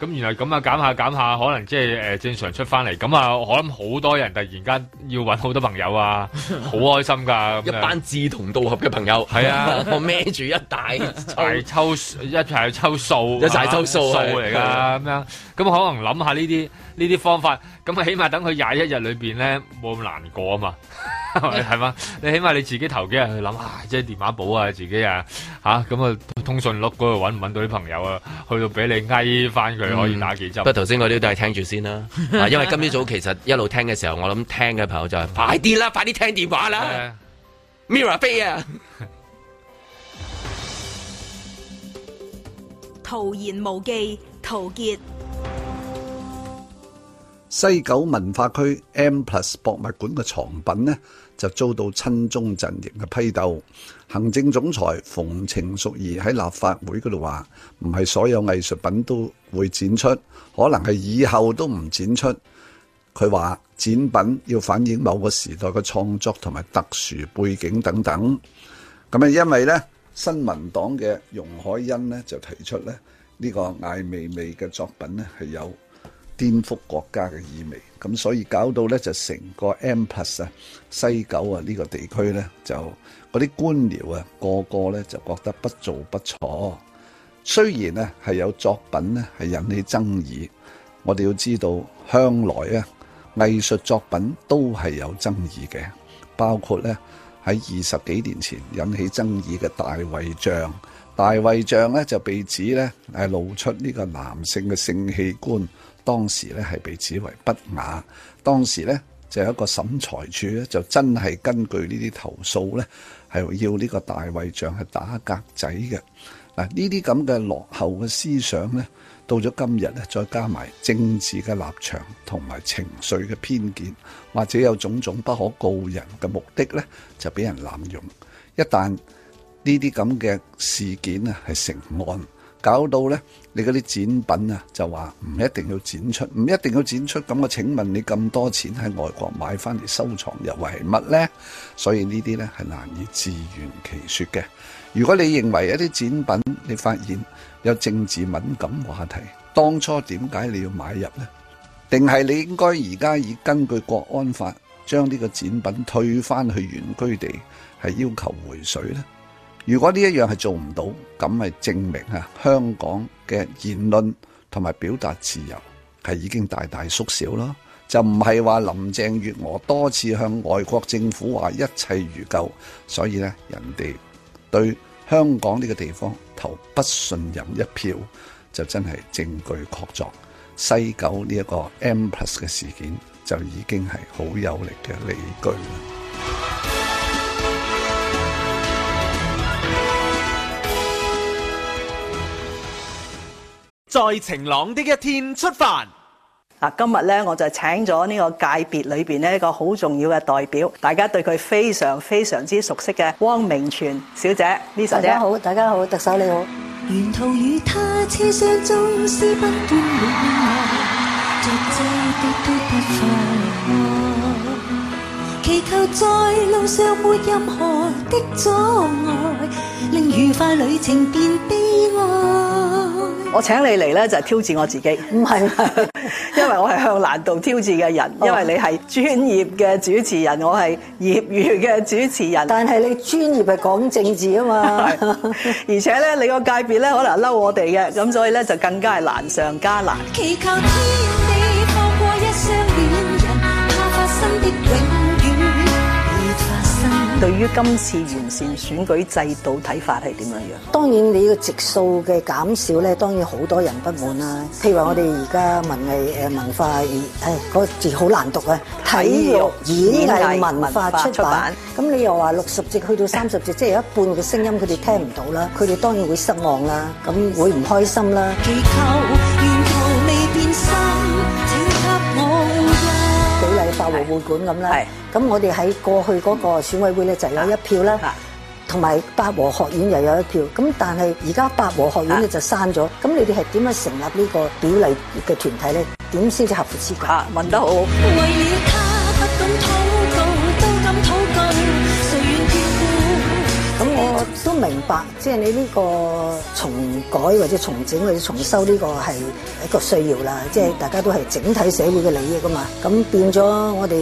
C: 咁然後咁啊減下減下，可能即係誒正常出翻嚟，咁啊，我諗好多人突然間要揾好多朋 友啊，好開心㗎，咁
B: 一
C: 樣
B: 班志同道合嘅朋友，
C: 係啊
B: 我孭住一 大抽
C: 大抽一齊抽數，
B: 一齊抽數
C: 數
B: 係
C: 嚟㗎咁樣，咁可能諗下呢啲呢啲方法，咁起碼等佢廿一日裏邊咧冇咁難過啊嘛， 係咪係嘛？你起碼你自己頭幾日去諗啊，即係電話簿啊，自己啊嚇咁啊通訊錄嗰度揾唔揾到啲朋友啊，去到俾你翳翻佢可以打幾
B: 嗯不過
C: 針，
B: 頭先嗰啲都係聽住先啦，啊因為今朝早其實一路聽嘅時候，我諗聽嘅朋友就係快啲啦，快啲聽電話啦
C: 誒
B: ，Mira 飛啊！
L: 徒言無忌，陶傑。
M: 西九文化區 M Plus 博物館嘅藏品呢，就遭到親中陣營嘅批鬥。行政總裁馮程淑儀喺立法會嗰度話：唔係所有藝術品都會展出，可能係以後都唔展出。佢話展品要反映某個時代嘅創作同埋特殊背景等等。咁啊，因為咧新民黨嘅容海恩呢，就提出咧呢、個艾未未嘅作品呢，係有顛覆國家嘅意味，咁所以搞到咧就成個 M Plus 啊西九啊呢個地區咧就嗰啲官僚啊個個咧就覺得不做不錯。雖然咧係有作品咧係引起爭議，我哋要知道向來啊藝術作品都係有爭議嘅，包括咧喺二十幾年前引起爭議嘅大衛像。大衛像咧就被指咧係露出呢個男性嘅性器官，當時咧係被指為不雅。當時咧就有一個審裁處咧就真係根據呢啲投訴咧係要呢個大衛像係打格仔嘅。嗱呢啲咁嘅落後嘅思想咧，到咗今日咧，再加埋政治嘅立場同埋情緒嘅偏見，或者有種種不可告人嘅目的咧，就俾人濫用。一旦呢啲咁嘅事件啊係成案，搞到咧你嗰啲展品啊就話唔一定要展出，唔一定要展出。咁我請問你咁多錢喺外國買翻嚟收藏又為乜呢？所以呢啲咧係難以自圓其説嘅。如果你認為一啲展品你發現有政治敏感話題，當初點解你要買入呢？定係你應該而家以根據國安法將呢個展品退翻去原居地，係要求回水呢？如果呢一樣係做唔到，咁咪證明啊香港嘅言論同埋表達自由係已經大大縮小啦。就唔係話林鄭月娥多次向外國政府話一切如舊，所以呢，人哋對香港呢個地方投不信任一票，就真係證據確鑿。西九呢一個 M plus 嘅事件就已經係好有力嘅理據啦。
E: 在晴朗的一天出發。
N: 嗱，啊今日咧我就請咗呢個界別裏邊呢一個好重要嘅代表，大家對佢非常非常之熟悉嘅汪明荃小姐呢小
O: 大
N: 姐。
O: 家好，大家好，特首你好。沿途與他車廂中私奔般滿懷，作者的都不放祈求在路上沒任何的阻礙，令愉快旅程變悲哀。
N: 我請你嚟咧就係挑戰我自己，唔係， 哦因為我係向難度挑戰嘅人，因為你係專業嘅主持人，我係業餘嘅主持人。但係你專業係講政治啊嘛， 而且咧你個界別咧可能嬲我哋嘅，咁所以咧就更加係難上加難。
O: 祈求天地放過一雙戀人，怕發生的永遠別發生。
N: 對於今次完善選舉制度睇法係點樣樣？
O: 當然你個席數嘅減少咧，當然好多人不滿啦。譬如話我哋而家文藝誒文化誒，唉嗰個字好難讀啊！體育演藝文化出版，咁你又話六十席去到三 十席，即係有一半嘅聲音佢哋聽唔到啦，佢哋當然會失望啦，咁會唔開心啦。舉例法和會館咁啦，咁我哋喺過去嗰個選委會咧就有一票啦，同埋八和學院又有一票，咁但係而家八和學院咧就刪咗，咁你哋係點樣成立呢個表例嘅團體咧？點先至合乎資格？啊，問得好。咁我都明白，即係你呢個重改或者重整或者重修呢個係一個需要啦，即係大家都係整體社會嘅利益噶嘛。咁變咗我哋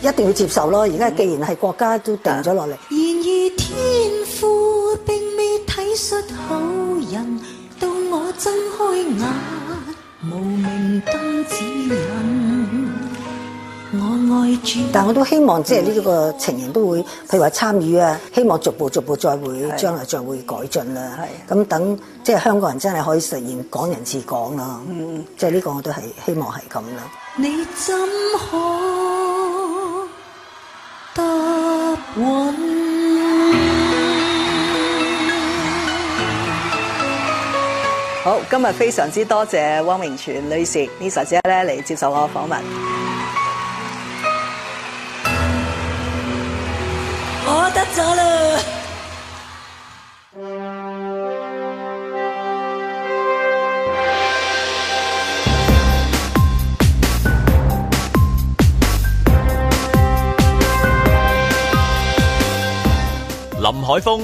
O: 一定要接受咯。而家既然係國家都定咗落嚟，
P: 然而天父並未體恤好人，到我睜開眼，無明燈指引。
O: 但我都希望即係呢個情形都會，譬如話參與啊，希望逐步逐步再會，將來再會改進啦。咁等即係香港人真係可以實現港人治港啦。即係呢個我都係希望係咁啦。
P: 你怎可得穩？
N: 好，今日非常之多謝汪明荃女士 Lisa 姐咧嚟接受我嘅訪問。
P: 我得咗啦！
B: 林海峰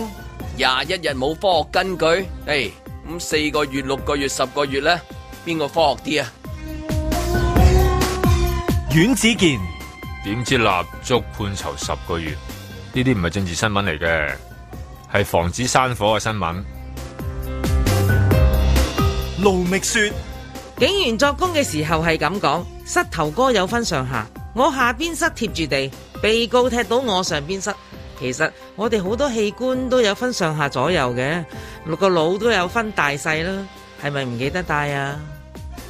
B: 廿一日冇科學根據，誒、咁四個月、六個月、十個月咧，邊個科學啲啊？
A: 阮子健
C: 點知蠟燭判囚十個月？呢啲唔係政治新聞嚟嘅，係防止山火嘅新聞。
A: 盧覓雪，
D: 警員作供嘅時候係咁講，膝頭哥有分上下，我下邊膝貼住地，被告踢到我上邊膝，其實我哋好多器官都有分上下左右嘅，個腦都有分大細啦，係咪唔記得帶啊？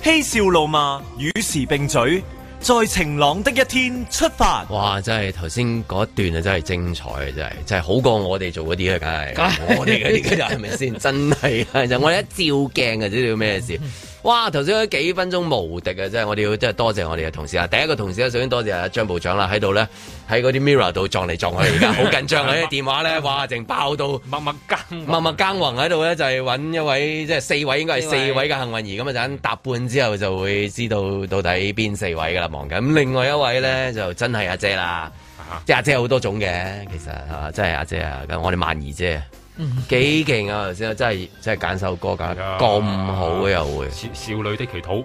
A: 嬉笑怒罵，與時並舉，在晴朗的一天出發。
B: 哇！真係頭先嗰一段啊，真係精彩啊，真係真係好過我哋做嗰啲啊，梗
D: 梗
B: 係
D: 係
B: 我哋嗰啲啊㗎係咪 先？真係啊！就我哋一照鏡就知道咩事。哇！頭先嗰幾分鐘無敵啊！真係我哋要真係多謝我哋嘅同事啊！第一個同事咧，首先多謝阿張部長啦，喺度咧喺嗰啲 mirror 度撞嚟撞去，而家好緊張啊！啲電話咧，哇！淨爆到默默
C: 耕
B: 默默耕耘喺度咧，就係揾一位即係四位應該係四
C: 四位
B: 位嘅幸運兒咁啊！陣搭半之後就會知道 到底邊四位噶啦，忙緊。咁另外一位
C: 嗯
B: 咧就真係阿姐啦，
C: 啊
B: 即係阿姐好多種嘅，其實啊，真係阿姐啊，咁我哋萬兒姐。
C: 嗯
B: 幾勁啊！頭先真係真係揀首歌揀得咁好嘅又會，
C: 啊少少女的祈禱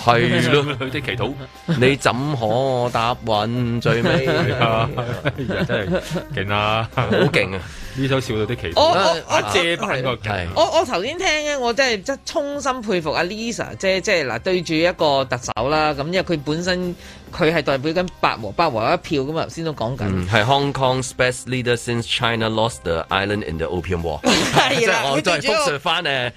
B: 係咯
C: 少女的祈禱，
B: 你怎可答允最 尾？
C: 係啊係啊真係勁啊，好
B: 勁啊！
C: 呢首少女的祈
D: 我
C: 禱，
D: 我我
C: 阿謝扮個勁，
D: 我我頭先聽咧，我真係真衷心佩服阿 Lisa 姐，即係嗱對住一個特首啦，咁因為佢本身佢係代表緊八和八和一票咁啊，頭先都講緊。
B: 嗯，係 Hong Kong's best leader since China lost the island in the Opium War。即
D: 係啦
B: 係我
D: 佢
B: 再
D: 最主要
B: 復述翻誒
D: 係啦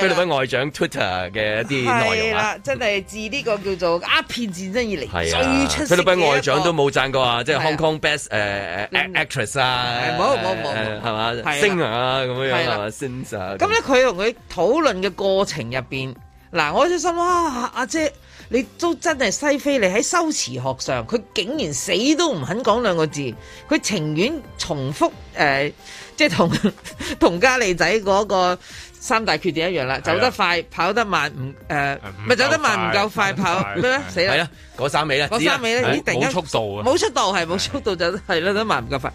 B: 菲律賓外長 Twitter 嘅一啲內
D: 係
B: 容啊
D: 啦。，真係自呢個叫做鴉片戰爭以嚟
B: 係
D: 最
B: 啊，
D: 出
B: 菲
D: 色
B: 律
D: 嘅一
B: 賓
D: 個
B: 外長都冇讚過啊，即係
D: 係啊
B: Hong Kong best 誒誒 actress Ờ, 啊，
D: 係冇冇冇
B: 誒
D: 冇
B: 係嘛
D: 係啦
B: ，singer 啊咁樣
D: 係啦
B: 係嘛，singer 啊
D: 咁咧，佢同佢討論嘅過程入邊，嗱，我就心諗啊，阿姐，你都真係西非，你喺修辭學上，佢竟然死都唔肯講兩個字，佢情願重複誒、呃即係同 同嘉利仔嗰個三大缺點一樣
B: 係
D: 啦，
B: 啦
D: 走得快，跑得慢，唔誒，咪走得慢，唔夠快，跑咩咧？死
B: 係
D: 啦
B: 啦！，嗰三尾咧，
D: 嗰三尾呢咦突然間冇速
B: 度啊
D: 冇出道係冇出道就係啦，都慢唔夠快。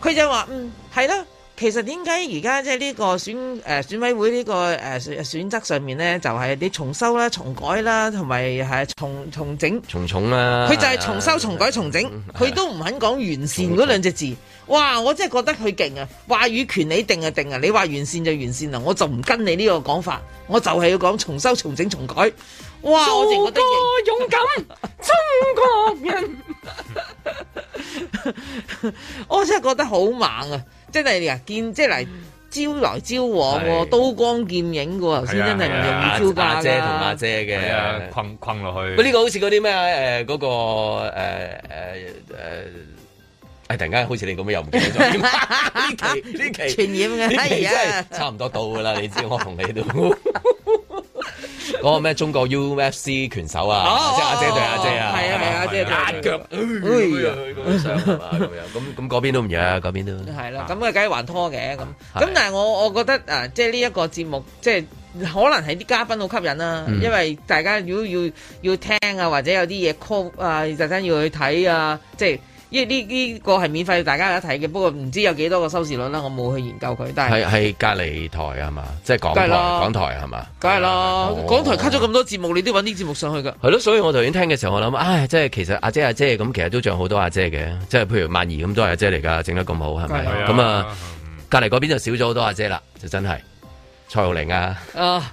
D: 佢就話嗯係啦，其實點解而家即係呢個選誒、呃、選委會呢、個誒、呃、選選則上面咧，就係、你重修啦、重改啦，同埋係重重整。
B: 重重啦，
D: 佢就係重修、重改、重整，佢都唔肯講完善嗰兩隻字。哇！我真係覺得佢勁啊！話語權你定啊定啊，你話完善就完善啦，我就唔跟你呢個講法，我就係要講重修、重整、重改。哇！我淨覺得勁勇敢，中國人。我真係覺得好猛啊！真係啊，見即係嚟招來招往
B: 係
D: 喎，刀光劍影嘅喎，頭先真係唔
B: 阿
D: 容易招架
B: 阿
D: 㗎
B: 姐同阿姐
C: 係啊
B: 嘅，
C: 困困落去。
B: 喂，呢個好似嗰啲咩誒嗰個誒誒誒。誒突然間好似你咁樣又唔記 得咗， 呢期呢期
D: 傳
B: 呢
D: 染嘅
B: 期
D: 哎
B: 真
D: 呀
B: 係差唔多到噶啦，你知我同你都 嗰個咩中國 UFC 拳手啊，
D: 哦
B: 即係阿姐對阿姐啊，
D: 係啊係啊阿姐對阿
B: 壓
D: 姐
B: 腳，哎咁樣咁樣上係嘛咁樣，咁咁嗰邊都唔弱，嗰邊都
D: 係啦，咁啊，梗係還拖嘅咁。
B: 啊係
D: 咁但係我我覺得啊，即係呢一個節目，即係可能係啲嘉賓好吸引啦，
B: 嗯
D: 因為大家如果要要聽啊，或者有啲嘢 call 啊，特登要去睇啊，即係因為呢呢個係免費大家有得睇嘅，不過唔知有幾多個收視率啦，我冇去研究佢，但
B: 係
D: 係
B: 係隔離台係嘛，即係港
D: 梗
B: 台
D: 係啦
B: 港台係嘛。
D: 梗係啦
B: 哦，
D: 港台 cut 咗咁多節目，你都要揾啲節目上去㗎。
B: 係咯，所以我頭先聽嘅時候，我諗，唉，即係其實阿姐阿姐咁，其實都仲有好多阿姐嘅，即係譬如萬兒咁都係阿姐嚟㗎，整得咁好係咪
D: 係？啊
B: 咁啊，隔離嗰邊就少咗好多阿姐啦，就真係蔡浩玲 啊、
D: 啊，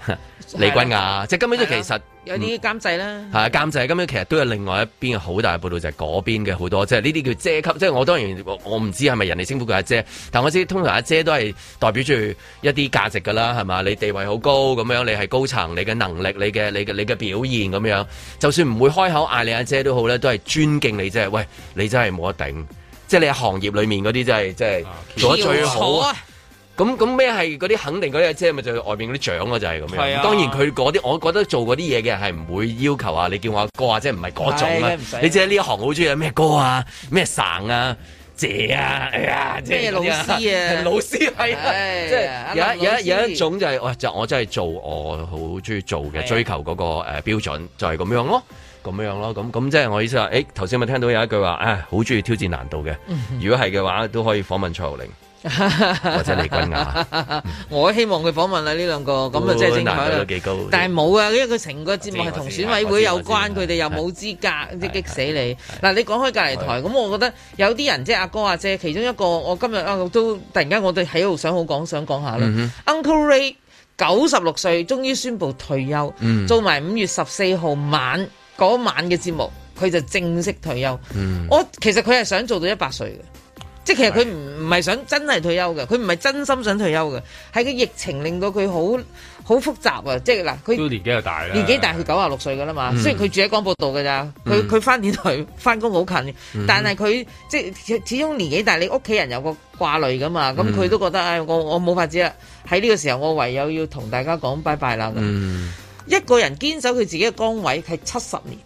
B: 李君雅，即係根本都其
D: 係
B: 實
D: 啦有啲監製啦，
B: 係啊，監製咁樣其實都有另外一邊嘅好大嘅報導，就係、嗰邊嘅好多，即係呢啲叫姐級。即係我當然我我唔知係咪人哋稱呼佢阿姐，但我知通常阿姐都係代表住一啲價值㗎啦，係嘛？你地位好高咁樣，你係高層，你嘅能力、你嘅你嘅你嘅表現咁樣，就算唔會開口嗌你阿姐都好咧，都係尊敬你即係，喂，你真係冇得頂，即係你喺行業裡面嗰啲真係真係做得最好
D: 啊跳槽
B: 啊
D: 啊！
B: 咁咁咩係嗰啲肯定嗰啲即係咪就係外邊嗰啲獎咯，就係咁
D: 係
B: 樣。
D: 啊
B: 當然佢嗰啲，我覺得做嗰啲嘢嘅係唔會要求啊，你叫我阿哥啊，即係唔係嗰種
D: 係
B: 啊
D: 梗係唔使。
B: 你知喺呢一行好中意咩哥啊，咩神啊。姐啊，哎呀，即係
D: 咩老
B: 嗰啲
D: 師啊
B: 老師係啊
D: 唉
B: 即
D: 阿
B: 係
D: 林
B: 有
D: 老
B: 一有一有
D: 師
B: 一種就係，哇！就我真係做我好中意做
D: 係
B: 嘅，
D: 啊
B: 追求嗰個誒標準就係咁樣咯，咁樣咯，咁咁即係我意思話，誒頭先咪聽到有一句話，啊好中意挑戰難度嘅，
D: 嗯
B: 如果係嘅話都可以訪問蔡浩玲。
D: 或
B: 者李君
D: 雅， 我希望佢訪問啦呢兩個，咁啊真係精彩
B: 難度
D: 啦
B: 都。幾高。
D: 但係冇啊，因為佢成個節目係
B: 我
D: 同
B: 知
D: 選委會有關，
B: 我知我知
D: 佢哋又冇資格，即係激死你。嗱，你講開隔離台，咁我覺得有啲人即係阿哥阿姐，其中一個我今日啊都突然間我哋喺度想好講想講下啦。
B: 嗯
D: Uncle Ray 九十六歲，終於宣布退休，
B: 嗯
D: 做埋五月十四號晚嗰晚嘅節目，佢就正式退休。
B: 嗯
D: 我其實佢係想做到一百歲嘅。即係其實佢唔唔係想真係退休嘅，佢唔係真心想退休嘅，係個疫情令到佢好好複雜啊！即係嗱，佢
C: 都年紀又大啦，
D: 年紀大，佢九啊六歲噶啦嘛。
C: 嗯
D: 雖然佢住喺廣播道㗎咋，佢
C: 嗯
D: 佢翻電台 翻工好近
C: 嗯，
D: 但係佢即係始始終年紀大，你屋企人有個掛慮噶嘛，咁
B: 嗯
D: 佢都覺得唉，我我冇法子啦。喺呢個時候，我唯有要同大家講拜拜啦。咁
B: 嗯，
D: 一個人堅守佢自己嘅崗位係七十年。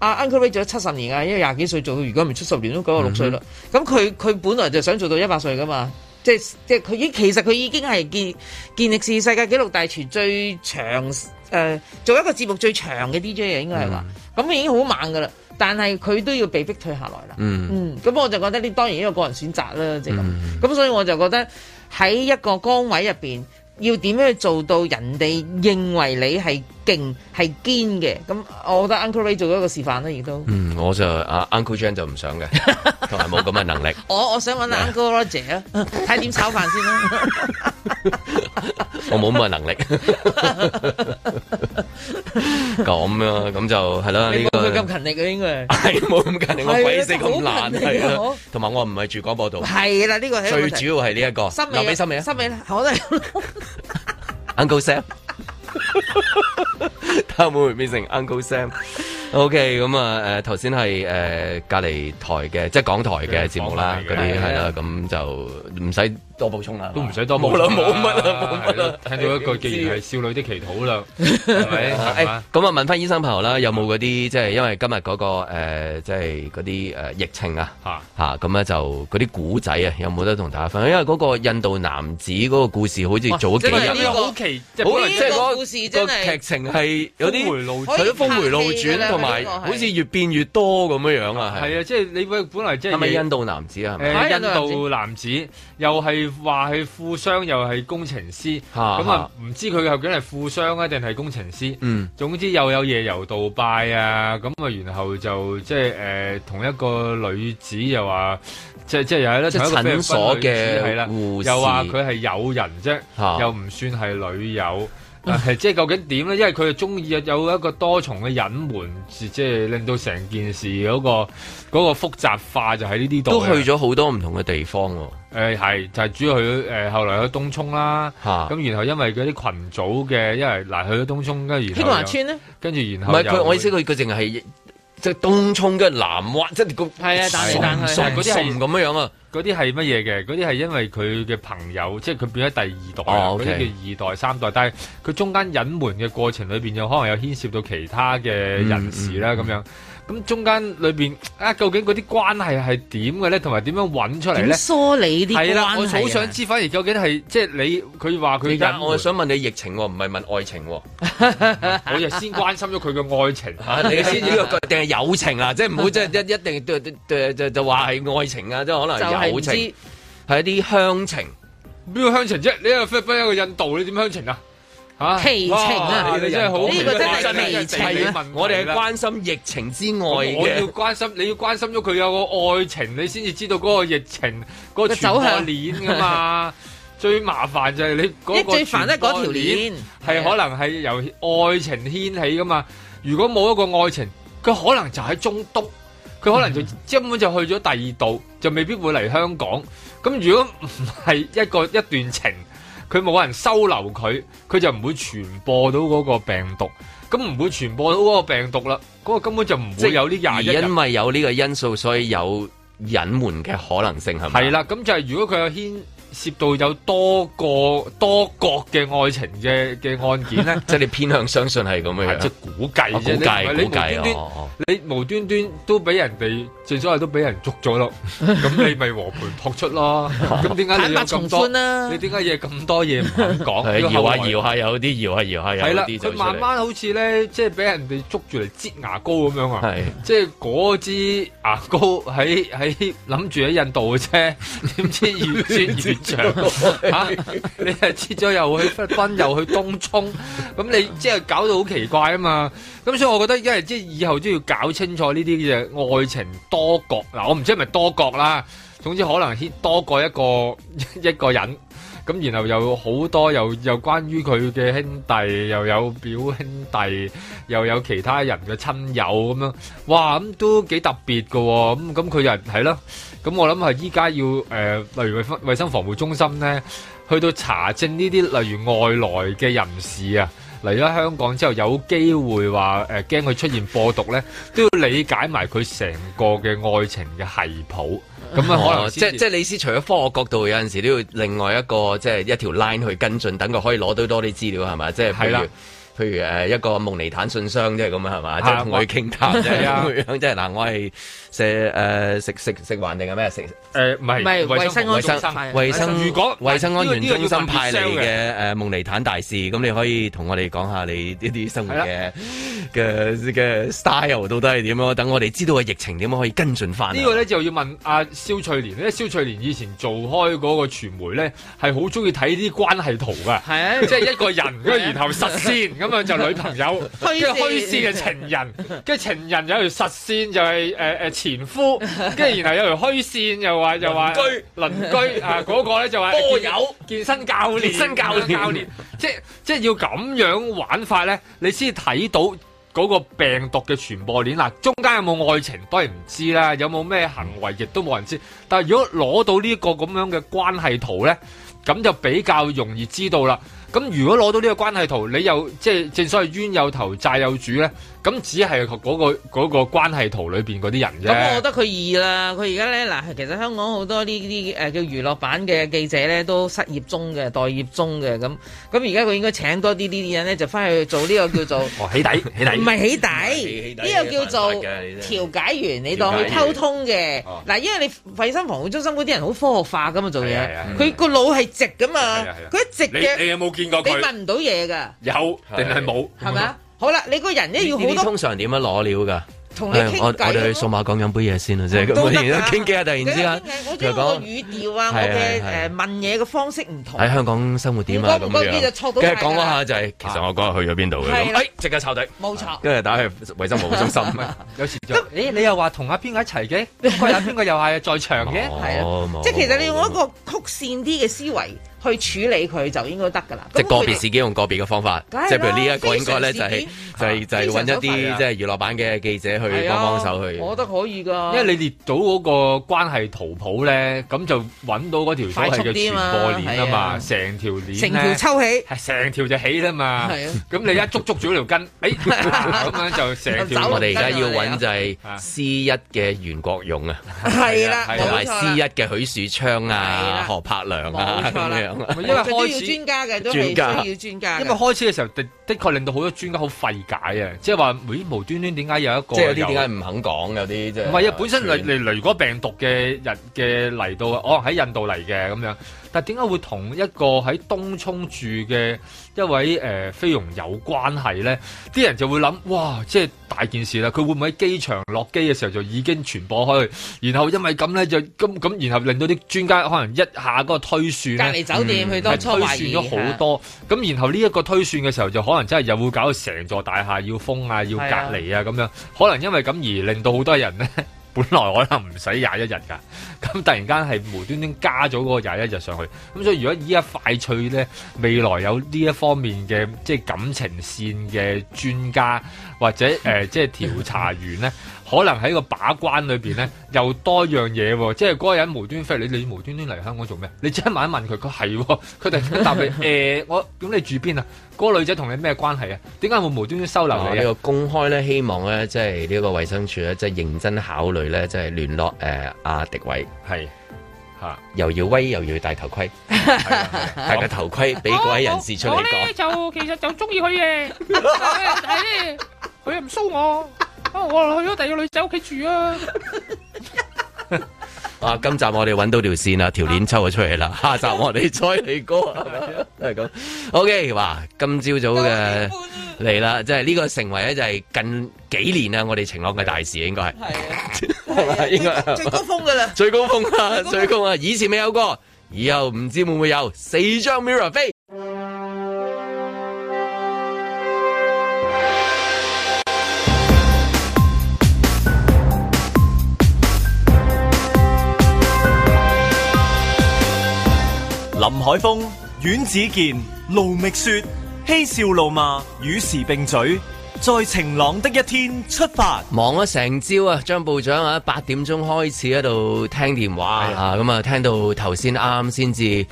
D: 阿 Uncle Ray 做咗七十年啊，因為廿幾歲做到，如果唔係七十年都九十六歲啦。咁佢佢本來就想做到一百歲噶嘛，即係即係佢已其實佢已經係健健力士世界紀錄大全最長誒、呃做一個節目最長嘅 DJ 啊，應該係話，咁、已經好猛噶啦。但係佢都要被逼退下來啦。
B: 嗯
D: 嗯，咁我就覺得呢當然呢個個人選擇啦，即係咁。
B: 嗯
D: 咁、所以我就覺得喺一個崗位入邊，要點樣去做到人哋認為你係勁係堅嘅？咁我覺得 Uncle Ray 做咗一個示範啦，亦都。
B: 嗯，我就阿 Uncle Jan 就唔想嘅， 同埋冇咁嘅能力。
D: 哦我我想揾 Uncle Roger 啊，睇點炒飯先 啦。
B: 我冇咁嘅 能力，咁啊，咁就係啦。
D: 你
B: 呢
D: 冇佢
B: 個
D: 咁勤力嘅應該係。
B: 係冇咁近，我鬼死咁
D: 係啊
B: 難
D: 真係好勤力啊
B: 係啦
D: 我。
B: 同埋我唔係住廣播道，
D: 係啦，呢個係一個
B: 最
D: 問題
B: 主要係呢一個。
D: 心
B: 留
D: 尾
B: 俾心尾啊
D: 心尾啦，我都係
B: ，Uncle Sam，睇下會唔會變成 Uncle Sam。OK，咁啊，誒頭先係誒隔離台嘅，即係港台嘅節目啦，嗰啲係啦，咁就唔使多補充啦，啊都唔
C: 使 多
B: 冇啦，冇乜啦，冇乜啦。
C: 聽到一句既然係少女的祈禱啦，係咪？係
B: 誒
C: 嘛
B: 咁啊，問翻醫生朋友啦，有冇嗰啲即係因為今日嗰個誒，即係嗰啲誒疫情啊嚇咁咧就嗰啲古仔啊，有冇得同大家分享？因為嗰個印度男子嗰個故事好似早幾
C: 真係呢
B: 日
C: 個好奇，即係
B: 好
C: 本來
B: 即
C: 即
B: 係
C: 係
B: 嗰
D: 個
B: 個
D: 故事真係
B: 劇情係有啲
C: 峰回路
B: 係咯峰回路轉，同埋好似越變越多咁樣樣啊，係
C: 係啊，即係你本來即係
B: 係咪印度男子啊？係咪
C: 誒印度男子又係話係富商又係工程師，
B: 嚇
C: 咁啊唔知佢究竟係富商啊定係工程師？
B: 嗯，
C: 總之又有夜遊杜拜啊，咁啊然後就即係誒同一個女子又話。即即係又係咧，
B: 即係
C: 同一個菲律賓
B: 診所嘅
C: 女子係啦
B: 護，士
C: 又話佢係友人啫，
B: 嚇
C: 又唔算係女友，但係即係究竟點咧？因為佢係中意有一個多重嘅隱瞞，即係令到成件事嗰個嗰個複雜化就喺呢啲度
B: 都
C: 嘅。
B: 去咗好多唔同嘅地方喎。
C: 誒係，就係、主要去誒、呃、後來去東涌啦，
B: 嚇
C: 咁然後因為嗰啲群組嘅，因為嗱去咗東涌，跟住
D: 興
C: 然後
D: 華
C: 又
D: 村咧，
C: 跟住然
B: 唔
C: 後
B: 係佢，
C: 又
B: 我意思佢佢淨係即係東涌嘅南灣，即係個
D: 係啊彈嚟彈去
B: 嗰啲
C: 嗰啲
B: 係
C: 係
B: 咁樣樣啊。
C: 嗰啲係乜嘢嘅？嗰啲係因為佢嘅朋友，即係佢變咗第二代啊，
B: 哦
C: 嗰
B: ，OK
C: 啲、叫二代、三代。但係佢中間隱瞞嘅過程裏邊，有可能有牽涉到其他嘅人士
B: 嗯
C: 啦，咁、樣。咁中間裏邊啊，究竟嗰啲關係係點嘅咧？同埋點樣揾出嚟咧？
D: 點梳理啲
C: 係啦，我
D: 關係啊
C: 好想知，反而究竟係即係你佢話佢
B: 你
C: 隱
B: 家
C: 瞞
B: 我想問你疫情喎，唔係問愛 情喎。
C: 我就先關心咗佢嘅愛情
B: 啊你先呢個定係友情啊？即係唔 好即係一一定就就就就話係愛情啊，即係可能係友
C: 就係唔
B: 情，係一啲鄉情。
C: 邊個鄉情啫？你一個菲律賓一個印度，你點鄉情啊？嚇
B: 奇情啊
C: 哇你真係好
B: 呢個真係
C: 真係
B: 奇情啊
C: 地理問題啦
B: 我哋係關心疫情之外嘅
C: 我要關心，你要關心咗佢有個愛情，你先至知道嗰個疫情嗰個傳播鏈噶嘛。 最麻煩就係你嗰個
D: 最煩都係
C: 傳播
D: 嗰條鏈
C: 係可能係由愛情牽起噶嘛。如果冇一個愛情，佢可能就喺中東，佢可能就根本就去咗第二度，就未必會嚟香港。咁如果唔係一個一段情，佢冇人收留佢，佢就唔會傳播到嗰個病毒。咁唔會傳播到嗰個病毒啦，嗰、個根本就唔會有呢
B: 而
C: 廿一日。
B: 因為有呢個因素，所以有隱瞞嘅可能性係咪？，
C: 係啦，咁就係如果佢有牽涉到有多個多國嘅愛情嘅嘅案件咧
B: 即係你偏向相信係咁樣樣，
C: 啊即係估計
B: 我
C: 啫，
B: 估
C: 你唔係
B: 計
C: 你
B: 估計
C: 無端端
B: 哦哦
C: 你無端端都俾人哋，正所謂都俾人捉 咗咯，咁你咪和盤托出咯。 咁點解你有咁
D: 坦白從
C: 多？
D: 寬啦
C: 你點解嘢咁多嘢唔肯
B: 係
C: 講？
B: 搖下搖下有啲，搖下搖下
C: 係
B: 有
C: 啦，
B: 啲就
C: 佢
B: 出
C: 慢
B: 嚟。
C: 慢好似咧，即係俾人哋捉住嚟擠牙膏咁樣啊！
B: 係
C: 即係嗰支牙膏喺喺諗住喺印度嘅啫， 點知越 擠越長嚇！ 你係擠咗又去菲律賓，又去東涌，咁你即係搞到好奇怪啊嘛！咁所以我覺得，因為即係以後都要搞清楚呢啲嘅愛情多 國嗱，我唔知係咪多國啦，總之可能牽多過一個一個人。咁然後又好多又又關於佢嘅兄弟，又有表兄弟，又有其他人嘅親友咁樣，哇咁都幾特別嘅喎、咁咁佢又係咯，咁我諗係依家要誒、呃例如衞生衞生防護中心咧，去到查證呢啲例如外來嘅人士啊。嚟咗香港之後，有機會話誒驚佢出現播毒咧，都要理解埋佢成個嘅愛情嘅系譜，咁啊可能
B: 哦即即係你思除咗科學角度，有陣時都要另外一個即係一條 line 去跟進，等佢可以攞到多啲資料係嘛？即係譬
C: 係啦
B: 如。譬如誒一個蒙尼坦信箱即係咁啊，係嘛？
C: 啊
B: 即係同佢傾談，即係
C: 係啊
B: 咁樣，即係嗱，我係食誒食食食環定係咩？食
C: 誒唔係
B: 唔係
C: 衞生
B: 衞生
C: 衞
B: 衞
C: 生
B: 生
C: 如果
B: 衞生安
C: 呢個
B: 全
C: 呢個
B: 中
C: 要
B: 心
C: 問
B: 派嚟
C: Michelle
B: 嘅誒蒙尼坦大使，咁你可以同我哋講下你呢啲生活
C: 係
B: 嘅嘅嘅 style 到底係點咯？等我哋知道個疫情點樣可以跟進啊翻。
C: 呢個咧就要問阿蕭翠蓮，因為蕭翠蓮以前做開嗰個傳媒咧，係好中意睇啲關係圖噶，
D: 係啊
C: 即係一個人，跟住
B: 啊
C: 然後實線咁樣就女朋友，跟
D: 虛線
C: 住虛線嘅情人，跟住情人有條實線就係誒誒 前夫，跟住然後有條虛線又話又話
B: 鄰居
C: 鄰居啊嗰個咧就話呃
B: 波友
C: 健健身教練
B: 健身教練
C: 健身教練， 即即係要咁樣玩法咧，你先睇到。嗰個病毒嘅傳播鏈啦，中間有冇愛情當然唔知啦，有冇咩行為亦都冇人知。但係如果攞到呢個咁樣嘅關係圖呢，咁就比較容易知道啦。咁如果攞到呢個關係圖，你又即係正所謂冤有頭債有主呢，咁只係嗰、個嗰、個關係圖裏邊嗰啲人啫。
D: 咁我覺得佢易啦，佢而家咧嗱，其實香港好多呢啲誒叫娛樂版嘅記者咧都失業中嘅、待業中嘅咁，咁而家佢應該請多啲呢啲人咧，就翻去做呢個叫做
C: 哦起底起底
D: 唔係起
B: 起底
D: 底，呢個叫做
B: 犯法嘅呢啲
D: 調解員，你當佢
B: 調解員
D: 溝通嘅
B: 哦
D: 嗱，因為你衞生防護中心嗰啲人好科學化噶嘛做嘢
B: 係啊係啊，
D: 佢個腦係直噶嘛
C: 係啊係啊，
D: 佢一直嘅，
C: 你你有冇見
D: 你
C: 過佢
D: 問唔到嘢㗎，
C: 有定係冇？
D: 係咪啊？好啦，你個人咧要
B: 呢啲
D: 好
B: 通
D: 多
B: 常點樣攞料噶？
D: 同你傾偈
B: 我我哋去
D: 咯
B: 數碼港飲杯嘢先啦，啊即係咁。
D: 都得㗎
B: 然後傾偈啊，突然之間
D: 我都
B: 就
D: 有個
B: 講
D: 語調啊，我
B: 係
D: 嘅
B: 係係
D: 誒問嘢嘅方式唔同。
B: 喺香港生活點啊咁
D: 唔覺唔覺
B: 樣
D: 就錯。到
B: 跟住
D: 晒㗎
B: 講嗰
D: 啦
B: 下就係，其實我嗰日去咗邊度嘅
D: 係
B: 咁。
D: 啦啊
B: 哎，即刻抄底。
D: 冇錯。
B: 跟住打去衞生防護中 心。
C: 有時就你你又話同阿邊個一 齊嘅，佢有邊個又係在場嘅，
D: 係
B: 哦
D: 啊，即係其實你用一個曲線啲嘅思維去處理佢就應該得㗎啦。
B: 即係
D: 咁
B: 個
D: 佢
B: 別事件用個別嘅方法
D: 梗係，啦
B: 即係譬如呢一個應該咧
D: 非
B: 就
D: 常
B: 係
D: 事件啊
B: 就係就係揾一
D: 非常手法
B: 啲
D: 啊
B: 即係娛樂版嘅記 者去
D: 係
B: 幫
D: 啊
B: 幫手去。
D: 我覺得可以㗎。
C: 因為你列到嗰個關係圖譜咧，咁就揾到嗰條所謂嘅傳播鏈啊
D: 快
C: 嘛，
D: 速
C: 成條鏈呢
D: 成條抽起，
C: 係成條就起啦嘛。
D: 係啊
C: 咁你一捉捉住嗰條筋， 哎，咁樣就成條。
B: 我哋而家要
D: 啊
B: 揾就係 C 一嘅袁國勇啊，
D: 係啦
B: 同埋
D: 冇錯啦
B: C 一嘅許樹昌啊、何柏良啊
D: 冇
B: 咁
D: 錯啦
B: 樣。
C: 因為
D: 其實都
C: 開始
D: 要專家嘅，都
C: 專家
D: 係需要專家
C: 因為
D: 嘅。
C: 開始嘅時候，的的確令到好多專家好費解啊，即係話，咦，無端端點解有一個
B: 即係有啲
C: 又
B: 點解唔肯講，有啲即嗯係
C: 唔係啊，本身嚟嚟嚟嗰病毒嘅人嘅嚟到，哦喺印度嚟嘅咁樣，但點解會同一個喺東涌住嘅一位誒、呃、菲傭有關係咧？啲人就會諗，哇！即係大件事啦，佢會唔會喺機場落機嘅時候就已經傳播開去？然後因為咁咧就咁咁，然後令到啲專家可能一下嗰個推算呢
D: 隔離酒店佢當
C: 係
D: 初
C: 推
D: 懷
C: 算
D: 疑
C: 咗好多，咁然後呢一個推算嘅時候就可能真係又會搞到成座大廈要封啊，要
D: 係
C: 隔
D: 啊
C: 離。啊咁樣，可能因為咁而令到好多人咧， 本來可能唔使廿一日㗎，咁突然間係無端端加咗嗰個廿一日上去，咁所以如果依家快脆咧，未來有呢一方面嘅即係感情線嘅專家或者誒、呃即係調查員咧。可能喺個把關裏邊咧，又多樣嘢喎，即係嗰個人無端飛你，你無端端嚟香港做咩？你即刻問一問佢，佢係喎，佢突然間答你，誒、我咁你住邊啊？嗰、個女仔同你咩關係啊？點解會無端端收留你
B: 嗱，
C: 啊
B: 呢個公開咧，希望咧，即係呢個衛生署咧，即係認真考慮咧，即係聯絡誒阿迪偉，
C: 係嚇，
B: 又要威又要戴頭盔，戴個頭盔俾嗰位人士出嚟講。
Q: 就其實就中意佢嘅，但係咧佢又唔騷我，我去咗第二個女仔屋企住啊。
B: 啊，今集我哋揾到條線啦，條鏈抽咗出嚟啦，下集我哋再嚟過，都係咁。OK，哇，今朝早嘅嚟啦，即係呢個成為咧就係近幾年啊，我哋晴朗嘅大事應該係，係啊，應該
D: 最高峰㗎啦，
B: 最高峰啊，最高啊，以前未有過，以後唔知會唔會有四張 mirror 飛。
A: 林海峰、阮子健、卢觅雪，嬉笑怒骂，与时并举，在晴朗的一天出发。
B: 忙咗成朝啊，張部長啊，八點鐘開始喺度聽電話啊，咁啊聽到頭先啱先至。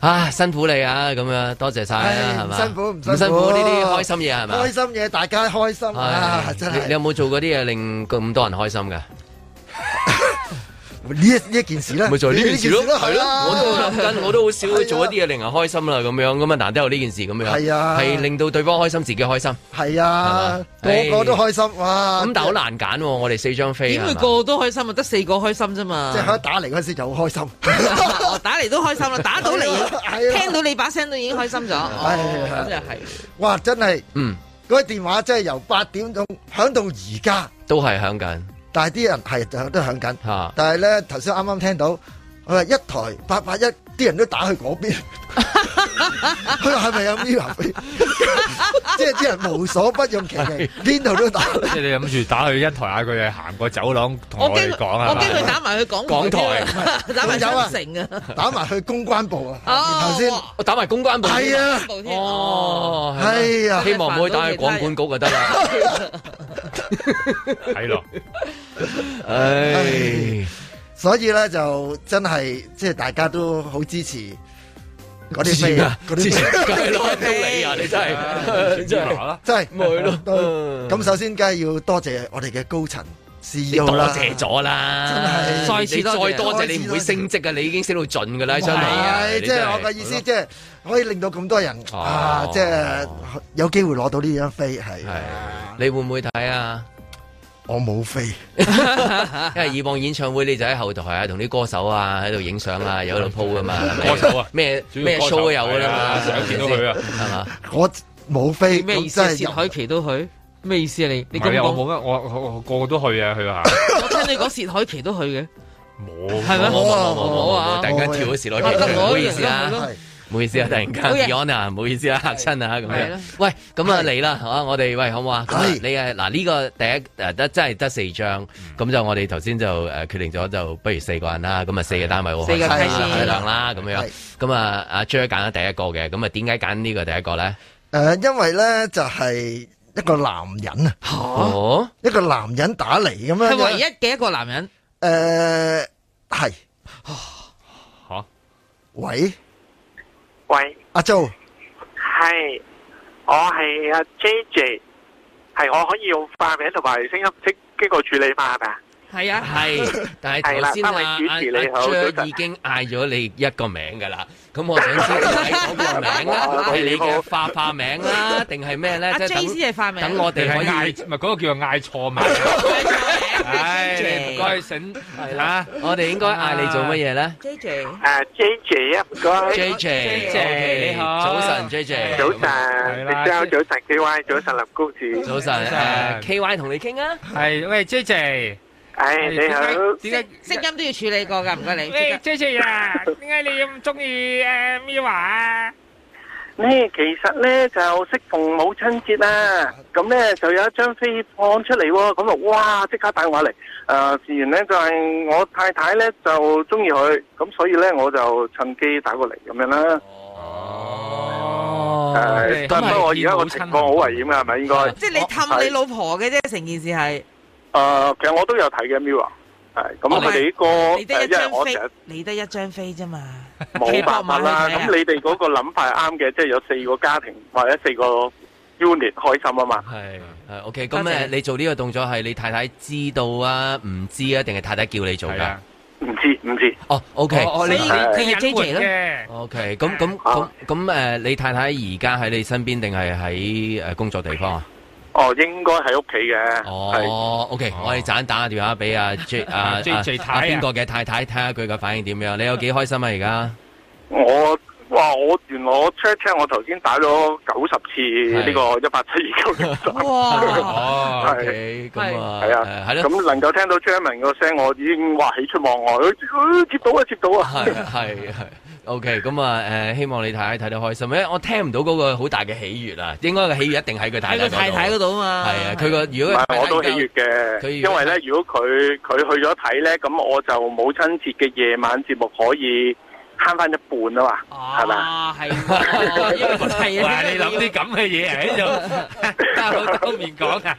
B: 啊，辛苦你啊，咁樣多謝晒啦，係嘛？
G: 辛苦唔
B: 唔辛苦呢啲開心嘢係咪？
G: 開心嘢，大家開心啊！
B: 係
G: 真
B: 你你
G: 係
B: 有冇做過啲嘢令咁多人開心㗎？
G: 呢呢件事咧，
B: 咪就係呢件事咯，係
G: 係
B: 咯，
G: 啦，
B: 我都諗緊，我都好 少會做一啲嘢令人開心啦，咁樣咁啊，難得有呢件事咁樣，
G: 係啊
B: 係令到對方開心，自己開心。
G: 係啊，個個都開心哇！
B: 咁但好難揀喎，我哋四張飛
D: 點會
B: 係嘛
D: 個個都開心啊？得四個開心啫嘛
G: 即。係喺打嚟嗰陣時就好開心，
D: 我打嚟都開心啦，打到你
G: 係啊
D: 聽到你把聲都已經開心咗。
G: 係
D: 哦
G: 啊
D: 咁就係。
G: 哇！真係，
B: 嗯，
G: 嗰啲電話真係由八點鐘響到而家，
B: 都係響緊
G: 但係啲人係都響緊，
B: 嚇。
G: 但係咧頭先啱啱聽到，佢話一台八八一，啲人都打去嗰邊，佢話係咪有 mirror 飛即係啲人無所不用其極，邊度都打。
C: 即係你諗住打去一台嗌佢哋行過走廊同
D: 我
C: 我
D: 驚
C: 哋
D: 佢
C: 講啊！
D: 我驚佢打埋去港
C: 港台
D: 台啊，打埋
G: 仲有啊
D: 商城啊。
G: 打埋去公關部啊！
D: 哦
G: 頭先
B: 我打埋公關部添
G: 係啊，
B: 哦，
G: 係啊
B: 希望唔好打去廣管局就得啦。
C: 係咯，
B: 唉，
G: 所以咧就真係即係大家都好支持嗰啲飛
B: 黐啊，
G: 嗰啲飛
B: 梗係攞到你啊！你真係真係
G: 真係
B: 咪係咯
G: 都咁首先梗係要多謝我哋嘅高層
B: 你
G: CEO
B: 多
G: 啦，
B: 謝咗啦，
G: 真係
B: 你
D: 再次多謝
B: 再多謝你唔會升職啊！你已經升到盡㗎啦，
G: 唔
B: 真係
G: 係，即係我嘅意思，即係可以令到咁多人
B: 哦
G: 啊，即係有機會攞到呢張飛係。
B: 係你會唔會睇啊？
G: 我冇飛，
B: 因為以往演唱會你就喺後台啊，同啲歌手啊喺度影相啊，有喺度 po 噶嘛，係咪
C: 歌手啊
B: 咩
C: 主要
B: 咩
C: 歌
B: show
C: 手
B: 都有㗎啦
C: 係
B: 嘛，
C: 啊想見到佢啊
B: 係嘛？
G: 我冇飛，
D: 咩意
G: 咁
D: 思啊？
G: 真
D: 薛
G: 係
D: 凱琪都去，咩意思啊？你
C: 你
D: 你
C: 咁
D: 咁
C: 我
D: 講，
C: 冇乜，我我我個個都去啊，去下
D: 我聽你講薛凱琪都去嘅，
C: 冇
D: 係咩
B: 冇冇冇
D: 冇
B: 冇
D: 啊
B: 冇，突然間跳咗時攞
D: 啊得
B: 旗，
D: 我
B: 唔好
D: 一
B: 意
D: 樣
B: 思啊
D: 咯係咯。
B: 唔好意思啊，突然間
D: 好嘢
B: Beyond 啊，唔好意思啊，嚇親啊咁
D: 係啦
B: 樣。喂，咁啊嚟啦嚇，我哋喂好唔好啊？咁啊你誒嗱呢個第一誒得真係得四張，咁就我哋頭先就誒決定咗就不如四個人啦，咁啊四個單位好開心
D: 四個
B: 啦，
D: 人先
B: 體諒啦咁樣
G: 係。
B: 咁啊阿 J 揀咗第一個嘅，咁啊點解揀呢個第一個咧？
G: 誒，因為咧就係一個男人啊，
B: 哦，
G: 一個男人打嚟咁樣
D: 係唯一
G: 樣，
D: 嘅一個男人。
G: 誒係
C: 嚇，
G: 喂，
R: 喂，
G: 阿 Jo，
R: 系我系阿 J J，系我可以用化名同埋声音即经过处理嘛，系咪啊？
D: 係啊，
B: 係，哎但係頭
R: 係
B: 先
R: 啦三
B: 啊
R: 位主持你
B: 阿
R: 好早
B: 阿 J
R: 晨
B: 已經嗌咗你一個名㗎啦，咁我 想知道係嗰個名啦，係你嘅花花名啦，定係咩咧？
D: 阿
B: 即係
D: J
B: 等
D: 先係化名。
B: 等我
C: 定
B: 哋
C: 係
B: 可以。
C: 嗌唔係嗰個叫做嗌錯名。唉，你唔該醒係啦，
B: 我哋應該嗌你做乜嘢咧
D: J J，
R: 诶，J J 啊，唔该
B: ？J J
C: J，你好
B: 早晨 J J，
R: 早
C: 係
R: 晨，
C: 啦
R: 你好，早晨 K Y，早晨林公子，
B: 早晨誒，K Y 同你傾啊，
C: 係喂 J J，
R: 诶，你好，
C: 點解
D: 聲音都要處理過㗎，唔該你。
Q: 喂，J J 啊，點解你咁中意誒 Mira 啊？
R: 咧其實咧就適逢母親節啦，咁咧就有一張飛放出嚟喎，咁啊哇即刻打電話嚟，誒、自然咧就係、我太太咧就中意佢，咁所以咧我就趁機打過嚟咁樣啦。
B: 哦
R: 誒不過我而家個情況好危險啊，係咪應該？
D: 哦即係你氹你老婆嘅啫，成件事係。
R: 誒、其實我都有睇嘅 Mirror，係咁啊佢哋呢個
D: 哦你得
R: 誒，因
D: 一
R: 為
D: 張
R: 我成日
D: 飛，你得一張飛啫嘛。
R: 冇辦法啦。
D: 你搏埋去睇啊
R: 咁你哋嗰個諗法係啱嘅，即係有四個家庭或者四個 unit 開心啊嘛。
B: 係係 OK，咁
R: 多
B: 誒
R: 謝
B: 你做呢個動作係你太太知道啊，唔知啊，定係太太叫你做
C: 係
B: 㗎
C: 啊？
R: 唔知唔知。
B: 哦，OK，
C: 我你
D: 佢係
C: 佢
D: J J 咯。
Q: 嘅
B: OK，咁咁
R: 啊
B: 咁咁誒，你太太而家喺你身邊定係喺誒工作地方啊？
R: 哦，應該喺屋企嘅。
B: 哦，OK，我哋陣打個電話俾阿 J 阿 阿
C: JJ 太啊
B: 阿邊個嘅太太睇下佢嘅反應點樣。你有幾開心啊？而家？
R: 我哇！我原來我 check check，我頭先打咗九十次呢個一八七二九零三。
B: 哦，OK，咁啊，
R: 係
B: 誒
R: 啊，
B: 係咯
R: 咁能夠聽到 Jeremy 個聲，我已經哇喜出望外，哎哎接到啊，接到啊！
B: 係係係。OK，咁啊，誒、希望你太太睇得開心。因為我聽唔到嗰個好大嘅喜悅啊，應該個喜悅一定喺佢太太
D: 喺個
B: 嗰度。
D: 太太嗰度啊嘛。
B: 係啊，佢個如
R: 唔
B: 果
R: 係，我都喜悅嘅，
B: 佢
R: 因為咧，如果佢佢去咗睇咧，咁我就母親節嘅夜晚節目可以慳翻一半啊嘛，係咪啊？
D: 係
C: 哇！你諗啲咁嘅嘢喺 度，兜口兜面講啊。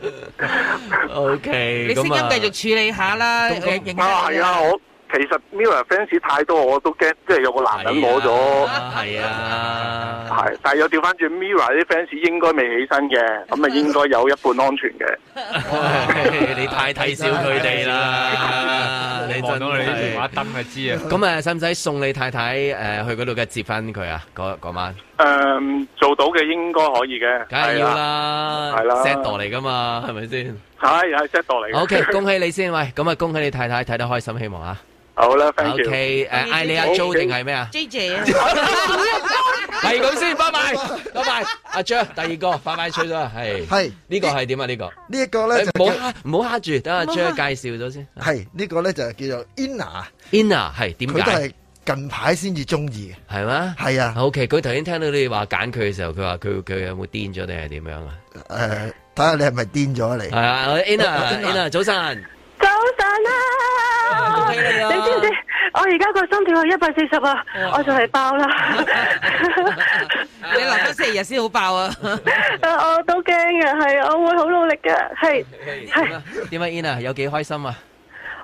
B: O K，
D: 你聲音
B: 啊
D: 繼續處理下啦，誒影
R: 啊，係啊，我其實 Mirror fans 太多，我都驚，即係有個男人攞咗。
B: 啊係啊，
R: 係，但係又調翻轉 Mirror 啲 fans 應該未起身嘅，咁啊應該有一半安全嘅。
B: 你太睇小佢哋啦！啊你
C: 望
B: 真
C: 到你啲
B: 係
C: 電話燈就知啊。
B: 咁誒，使唔使送你太太誒去嗰度嘅接翻佢啊？嗰嗰晚
R: 誒，嗯做到嘅應該可以嘅，
B: 梗係要啦，
R: 係啦
B: set 度嚟噶嘛，係咪先
R: 係係 set 度嚟嘅。
B: ？O K，恭喜你先，喂，咁啊，恭喜你太太睇得開心，希望啊。
R: 好啦
B: ，thank
R: you
B: O K，誒，嗌你阿
R: 好
B: Jo 定係咩啊？
D: J J 啊，
B: 係咁先，拜拜，拜拜，阿 Jo，第二個，快快脆咗啊，係，係呢個係點啊？呢個
G: 呢一個咧
B: 誒
G: 就
B: 唔
G: 叫
B: 好蝦唔好蝦住，等阿
G: 唔好
B: Jo 介紹咗先。
G: 係呢個咧就係叫做 Inna，
B: Inna 係點
G: 佢都
B: 解
G: 係？近排先至中意嘅。
B: 係咩？
G: 係啊。
B: O K，佢頭先聽到你話揀佢嘅時候，佢話佢佢有冇癲咗定係點樣啊？
G: 誒，睇下你係咪癲咗啊你？
B: 係啊我，Anna，Anna，早晨。
S: 早晨啊！你
B: 啊
S: 知唔知我而家個心跳係一百四十啊？我就係爆啦！
D: 你留翻星期日先好 爆啊！
S: 啊我都驚嘅，係我會好努力嘅，係係
B: 點啊，Anna 有幾開心啊？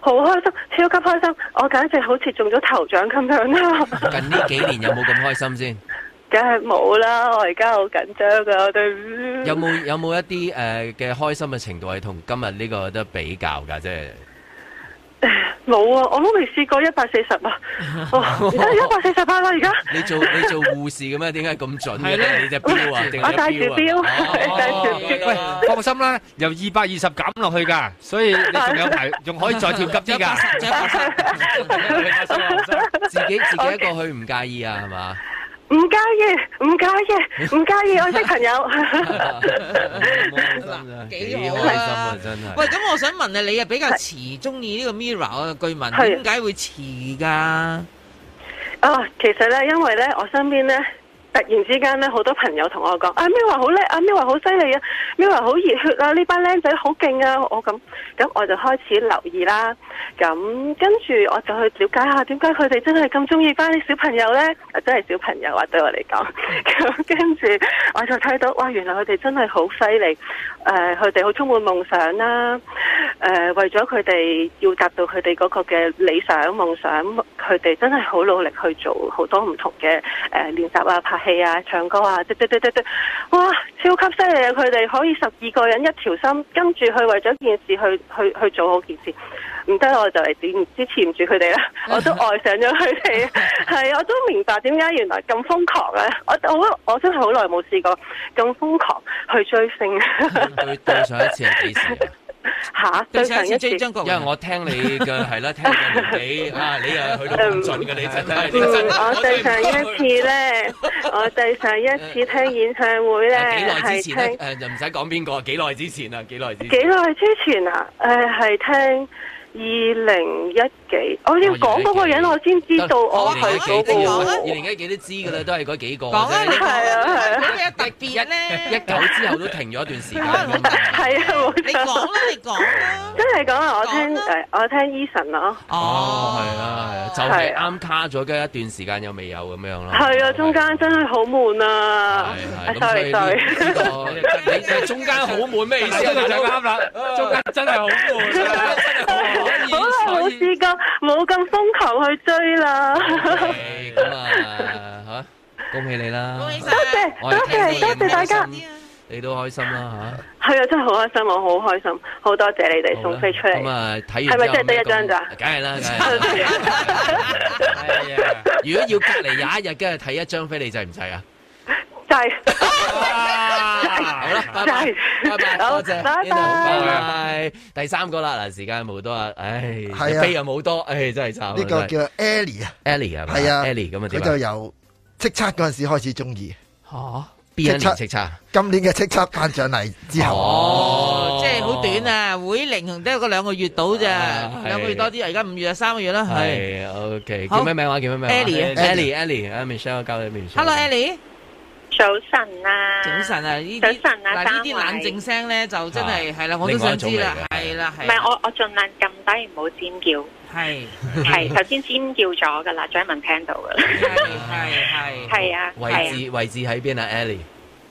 S: 好開心，超級開心！我簡直好似中咗頭獎咁樣啦！
B: 近呢幾年有冇咁開心先？
S: 梗係冇啦，我而家好緊張噶，我對
B: 有冇有冇一啲誒嘅開心嘅程度係同今日呢個得比較㗎？即係
S: 冇啊！我都未試過一百四十 啊！而家一百四十八啦，而家
B: 你做你做護士嘅咩？點解咁準嘅？
C: 係咧
B: 你隻錶啊？定
S: 我
B: 係
S: 戴住
B: 隻錶啊
S: 錶，戴住錶。
C: 喂，放心啦，由二百二十減落去㗎，所以你仲 有排，仲可以再跳急啲㗎。
B: 自己自 己一個去唔介意啊？係嘛？
S: 唔介意，唔介意，唔介意，我識朋友。
B: 幾
D: 好
B: 開心啊！真係。
D: 喂，咁我想問啊，你啊比較遲中意呢個 Mirror 啊，據聞
S: 係
D: 點解會遲㗎？
S: 啊，其實咧，因為咧，我身邊咧。突然之間咧，好多朋友同我講：阿 Miu 好叻，阿 Miu 好犀利啊，Miu 好熱血啊，呢班僆仔好勁啊！我咁咁我就開始留意啦。咁跟住我就去了解下點解佢哋真係咁中意班啲小朋友呢？啊真係小朋友啊，對我嚟講。咁跟住我就睇到，哇！原來佢哋真係好犀利。誒、呃佢哋好充滿夢想啦。誒、為呃咗佢哋要達到佢哋嗰個嘅理想夢想，佢哋真係好努力去做好多唔同嘅誒練習啊、拍戲啊、唱歌啊，滴滴滴滴滴，哇！超級犀利啊！佢哋可以十二個人一條心，跟住去為咗件事去去去做好件事。唔得，我就嚟支支持唔住佢哋啦，我都愛上咗佢哋，係我都明白點解原來咁瘋狂啊！我我我真係好耐冇試過咁瘋狂去追星
B: 對對上一次係幾時啊？
S: 吓，對上一次
B: 因為我聽你嘅係啦，聽你嘅年紀啊，你又去到咁盡嘅，你真 係
S: 嗯，
B: 你真係
S: 我對上一次咧，我對上一次聽演唱會咧
B: 幾耐
S: 係
B: 之前咧？
S: 聽
B: 誒就唔使講邊個，幾耐之前啊？啊幾耐之
S: 幾
B: 前？
S: 耐之前啊？誒係聽。二零一幾，我要講嗰個人，我先知道我係嗰個。
B: 哦二零一幾都知㗎啦，都係嗰幾個啫。
S: 係啊係啊，
D: 特別咧，
B: 一九之後都停咗一段時間㗎嘛。
S: 係啊，冇錯。
D: 你講啦，你講啦。
S: 真係講啊！我聽誒，我聽 Eason 咯。
B: 哦，係啊，係啊就係啱卡咗嘅一段時間又未有咁樣咯。
S: 係啊，中間真係好悶啊！
B: 係
S: 啊
B: 咁所
S: sorry
B: 以呢
S: sorry，
B: 呢個你你中間好悶咩意思啊？
C: 呢個就啱啦，中間真係好悶啊。
S: 好耐冇試過，冇咁瘋狂去追啦。
B: 哦咁啊嚇，恭喜你啦！恭喜
S: 多謝
B: 我哋
S: 多謝
B: 聽
S: 多
B: 到
S: 謝大家，
B: 你都開心啦
S: 係啊，真係好開心，我好開心，好多謝你哋送飛出
B: 嚇。
S: 嚟
B: 咁。啊，睇完
S: 係咪真係
B: 之後
S: 得
B: 咩
S: 一張咋
B: 感？梗係啦，梗 係啦。如果要隔離廿一日，跟住睇一張飛，你制唔制啊？
S: 就係
B: 好啦，拜拜，拜拜，多謝，
S: 拜
B: 拜拜，第三個啦，嗱，時間冇多啊，唉，
G: 係啊
B: 飛又冇多，唉，真係慘啊。
G: 呢個叫 Ellie 啊
B: Ellie 係咪
G: 係啊
B: ，Ellie 咁啊
G: 佢
B: 點啊
G: 就由叱咤嗰陣時開始中意。
B: 嚇邊一年叱咤？
G: 今年嘅叱咤頒獎禮之後，
D: 即係好短啊，會齡同得個兩個月到咋，à. 兩個月多啲，而家五月啊，三個月啦，係。
B: 係，OK，
D: 好
B: 叫咩名話？叫咩名話
D: Ellie 啊
B: Ellie，Ellie，啊 Michelle 交俾 Michelle。
D: Hello，Ellie。
T: 早晨啊！
D: 早晨啊！呢啲
T: 早晨啊
D: 嗱呢啲
T: 三位
D: 冷靜聲咧，就真係
B: 啊
D: 係啦，我都想知啦
B: 另外一種嚟，啊
D: 係啦，
T: 唔
D: 係
T: 係
D: 啦。
T: 我我盡量撳低唔好尖叫。
D: 係
T: 係頭先尖叫咗㗎啦，張文聽到㗎啦，
D: 係
T: 係係啊，
B: 位
T: 係啊，
B: 置位置喺邊啊，Ellie？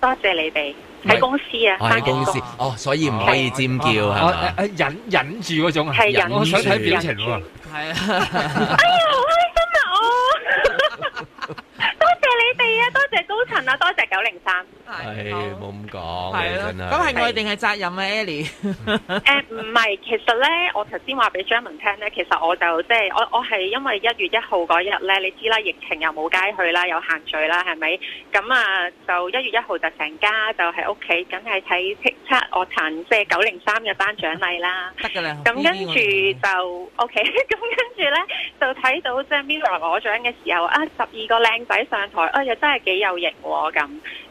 T: 多謝你哋
B: 唔係
T: 喺公司啊，
B: 我喺
T: 翻
B: 公司
T: 工，
B: 哦，所以唔可以尖叫係嘛？
C: 忍哦忍住嗰種啊，
T: 係忍
C: 我想睇
T: 住
C: 表情喎。
D: 係啊，
T: 哎呀，好開心啊我， 多謝你哋啊，多謝高層啊，多謝九零三，
B: 係冇咁講，
D: 係咯，
B: 真係。
D: 咁係愛定係責任啊，Ellie？
T: Ừ. 誒唔係，其實咧，我頭先話俾張文聽咧，其實我就即係我我係因為一月一號嗰日咧，你知啦，疫情又冇街去啦，有限聚啦，係咪？咁啊，就一月一號就成家就喺屋企，梗係睇叱咤樂壇即係九零三嘅頒獎禮啦。
D: 得㗎啦。
T: 咁
D: 呢
T: 跟
D: 啲我
T: 住就 OK，咁 跟住咧就睇到即係 Mirror 攞獎嘅時候啊，十二個靚仔上台，啊又真係幾有型喎咁。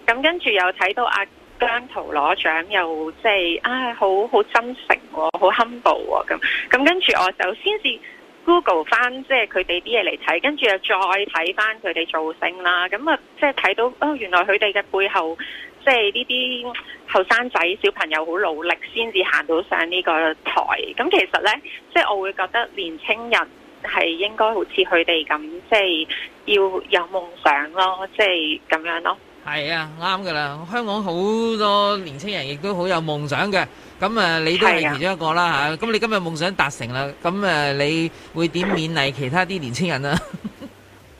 T: 咁跟住又睇到阿姜濤攞獎，又即係啊好好真誠喎，好 humble 喎咁。咁跟住我就先至 Google 翻即係佢哋啲嘢嚟睇，跟住又再睇翻佢哋造星啦。咁啊即係睇到哦，原來佢哋嘅背後。即係呢啲後生仔小朋友好努力先至行到上呢個台。咁其實呢，即係我會覺得年青人係應該好似佢哋咁，即係要有夢想咯，即係咁樣咯。
D: 係啊，啱噶啦！香港好多年青人亦都好有夢想嘅，咁啊，你都
T: 係
D: 係
T: 啊
D: 其中一個啦嚇。咁你今日夢想達成啦，咁啊，你會點勉勵其他啲年青人啊？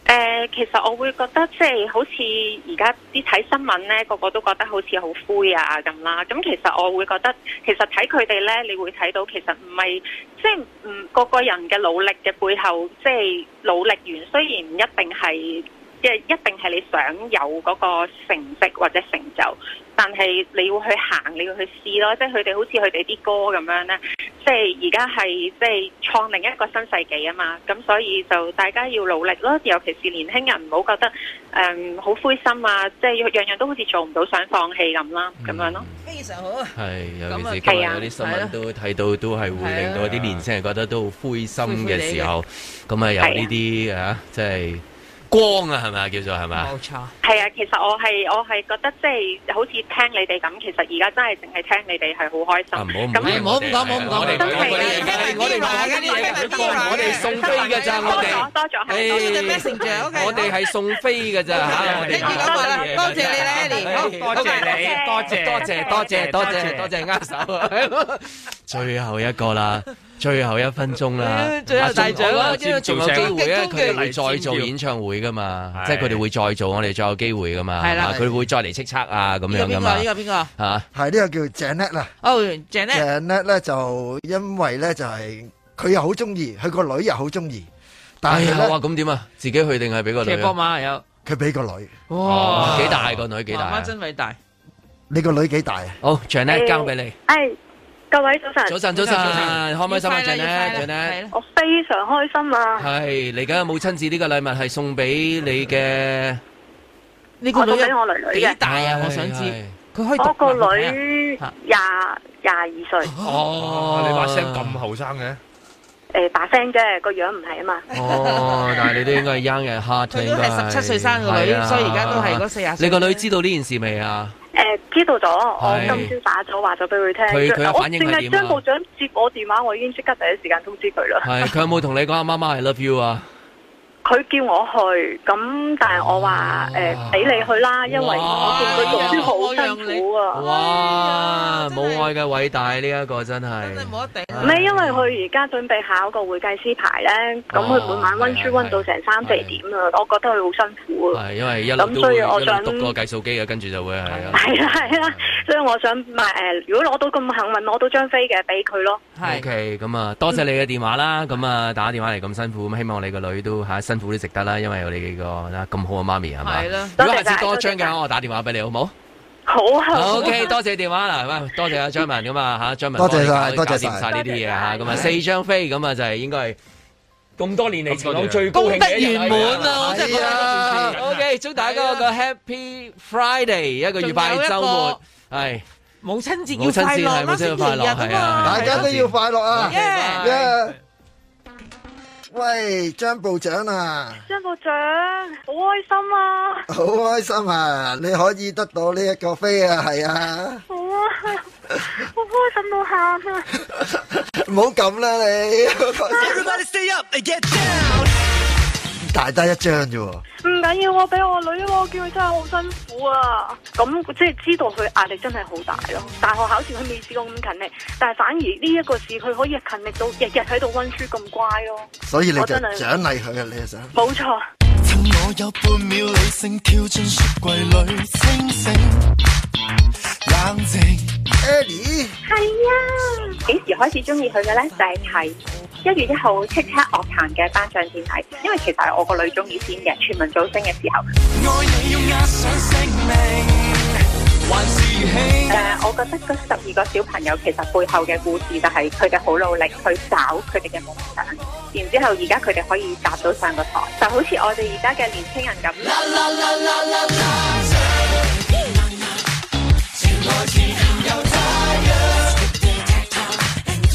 T: 誒、其實我會覺得即係好似而家啲睇新聞咧，個個都覺得好似好灰啊咁啦。咁其實我會覺得，其實睇佢哋咧，你會睇到其實唔係即係唔個個人嘅努力嘅背後，即係努力完，雖然唔一定係即係一定係你想有嗰個成績或者成就，但係你要去行，你要去試咯。即係佢哋好似佢哋啲歌咁樣咧。即係而家係即係創另一個新世紀啊嘛，咁所以就大家要努力咯，尤其是年輕人唔好覺得誒好、灰心啊，即係樣樣都好似做唔到想放棄咁啦，咁樣咯。
D: 非常好啊！
B: 係，尤
D: 咁
B: 其
D: 啊
B: 是今日
T: 係啊
B: 有啲新
D: 係啊
B: 聞都睇到，都係會令到啲年青人覺得都好灰心
D: 灰灰
B: 嘅
D: 地
B: 時候，咁啊有呢啲啊，即係光啊，係咪啊叫做係咪啊？
D: 冇錯。
T: 係啊，其實我係我係覺得即係好似聽你哋咁，其實而家真係淨係聽你哋係好開心。
B: 啊唔好
T: 咁
B: 唔好咁講，唔好咁講，我哋
T: 真係
B: 我哋啊我哋講緊嘢，我哋送飛嘅咋，我哋
T: 多咗
B: 係
D: 多謝你 messenger，OK，
B: 我哋係送飛嘅咋嚇，我哋
D: 你咁話啦多謝你啦 Ellie，好
B: 多謝你，
D: 多謝
B: 多謝，多謝，多謝，多謝握手啊！最後一個啦，最後一分鐘啦，
D: 最後大獎啦
B: 啊仲有仲有機會啊！佢哋會再做演唱會噶嘛，即係佢哋會再做，我哋再有機會噶嘛，
D: 係啦
B: 啊佢會再嚟叱咤啊咁
D: 呢個
B: 樣噶
D: 邊個？
B: 嘛啊
D: 呢，個邊個？
B: 嚇
G: 係呢個叫 Janet 啊啦
D: 哦，Janet，
G: ，Janet 咧就因為咧就係佢又好中意，佢個女又好中意，但
B: 哎
G: 係
B: 呀哇
G: 咧
B: 咁點啊？自己去定係俾個女
D: 騎
B: 啊？
D: 膊馬有。
G: 佢俾個女，
B: 哦幾大個女幾大
D: 媽媽
B: 啊？
D: 真偉大。
G: 你個女幾大啊？
B: 好，Janet 交俾你。
U: 哎，各位早晨，
B: 早晨，早晨，開唔開心啊
U: 要快啦
B: ，Janet？Janet，
U: 我非常開心啊！
B: 係嚟緊母親節呢個禮物係送俾你嘅，
D: 呢個
U: 我
D: 女
U: 送俾我女女
D: 幾
U: 嘅，
D: 大啊？我想知
B: 係
D: 佢可以讀
U: 我個
D: 文睇啊
U: 女廿廿二歲，
C: 哦，你把聲咁後生嘅，
U: 誒把聲啫，個樣唔係啊嘛。
B: 哦，但係你都應該係 young 嘅 heart，
D: 佢都係
B: 應該
D: 17歲生個女
B: 係啊
D: 所以而家都係嗰40歲
B: 你個女知道呢件事未啊？
U: 誒知道咗，我
B: 係
U: 今朝打咗話咗俾佢聽，
B: 佢佢嘅
U: 我
B: 反應
U: 淨
B: 係
U: 係
B: 點啊
U: 張部長接我電話，我已經即刻第一時間通知佢啦。
B: 係佢有冇同你講啊？媽媽 I love you 啊？
U: 佢叫我去，咁但係我話誒俾你去啦，因為我見佢讀書好辛苦啊。
B: 哇！母愛嘅偉大呢一個真係，啊
U: 唔係因為佢而家準備考個會計師牌咧，咁佢每晚温書温到成三四
T: 啊
U: 點啦，我覺得佢好辛 苦啊。
B: 係因為一路
U: 咁
B: 都
U: 所
B: 會
U: 以
B: 一
U: 我
B: 路
U: 想
B: 讀個計數機嘅，跟住就會係啊。
U: 係啦係啦，所以我想買誒、如果攞到咁幸運攞到張飛嘅，俾佢咯。
B: O K，咁啊，多謝你嘅電話啦，咁啊打電話嚟咁辛苦，咁希望你個女都嚇辛苦都值得啦，因為有你個啊咁好嘅媽咪係嘛？
U: 係啦
B: 如果
U: 多謝晒
B: 下次多
U: 多謝
B: 張嘅話，我打電話俾你好冇？
U: 好啊
B: O K，多謝電話啦，喂，多謝阿張文咁啊嚇，張文
G: 多謝晒
B: 幫你搞
G: 多謝
B: 搞掂
G: 晒
B: 晒呢啲嘢嚇，咁啊
G: 係
B: 四張飛咁啊就係應該係咁多年嚟情郎最高興
D: 功德
B: 嘅一日
D: 圓滿啊！我真係覺得呢件事
B: O K，祝大家一個 Happy Friday，一個愉快
D: 仲有一個
B: 週末，係
D: 母親節
B: 母
D: 要
B: 親
D: 快
B: 節
D: 樂
B: 係母
D: 啦，
B: 親節
D: 星期
B: 快
D: 日
B: 樂
D: 啊
B: 係啊
D: 嘛，
G: 大家都要快樂啊
D: Yeah！
G: Yeah！喂，張部長啊！
U: 張部長，好開心啊！
G: 好開心啊！你可以得到呢一個飛啊，係啊，
U: 好啊，好開
T: 開心到喊啊！
G: 唔好咁啦你，
F: Everybody stay up and get
G: 大得一張啫喎。
T: 唔緊要，我俾我女，我叫佢真係好辛苦啊！咁即係知道佢壓力真係好大咯。大學考試佢未試過咁勤力，但係反而呢一個事佢可以勤力到日日喺度温書咁乖咯。
G: 所以你
T: 我
G: 就
T: 真
G: 獎
T: 係
G: 勵佢啊！你就想
T: 冇錯。
F: 趁我有半秒理性，跳進雪櫃裏清醒冷靜。
G: Ellie，
T: 係啊，幾時開始中意佢嘅咧？就係睇一月一號叱咤樂壇嘅頒獎典禮，因為其實係我個女中意先嘅，全民造星嘅時候。
F: 愛你要押上性命，還是
T: 誒、
F: 輕？
T: 我覺得嗰十二個小朋友其實背後嘅故事就係佢哋好努力去找佢哋嘅夢想，然之後而家佢哋可以踏到上個台，就好似我哋而家嘅年輕人咁。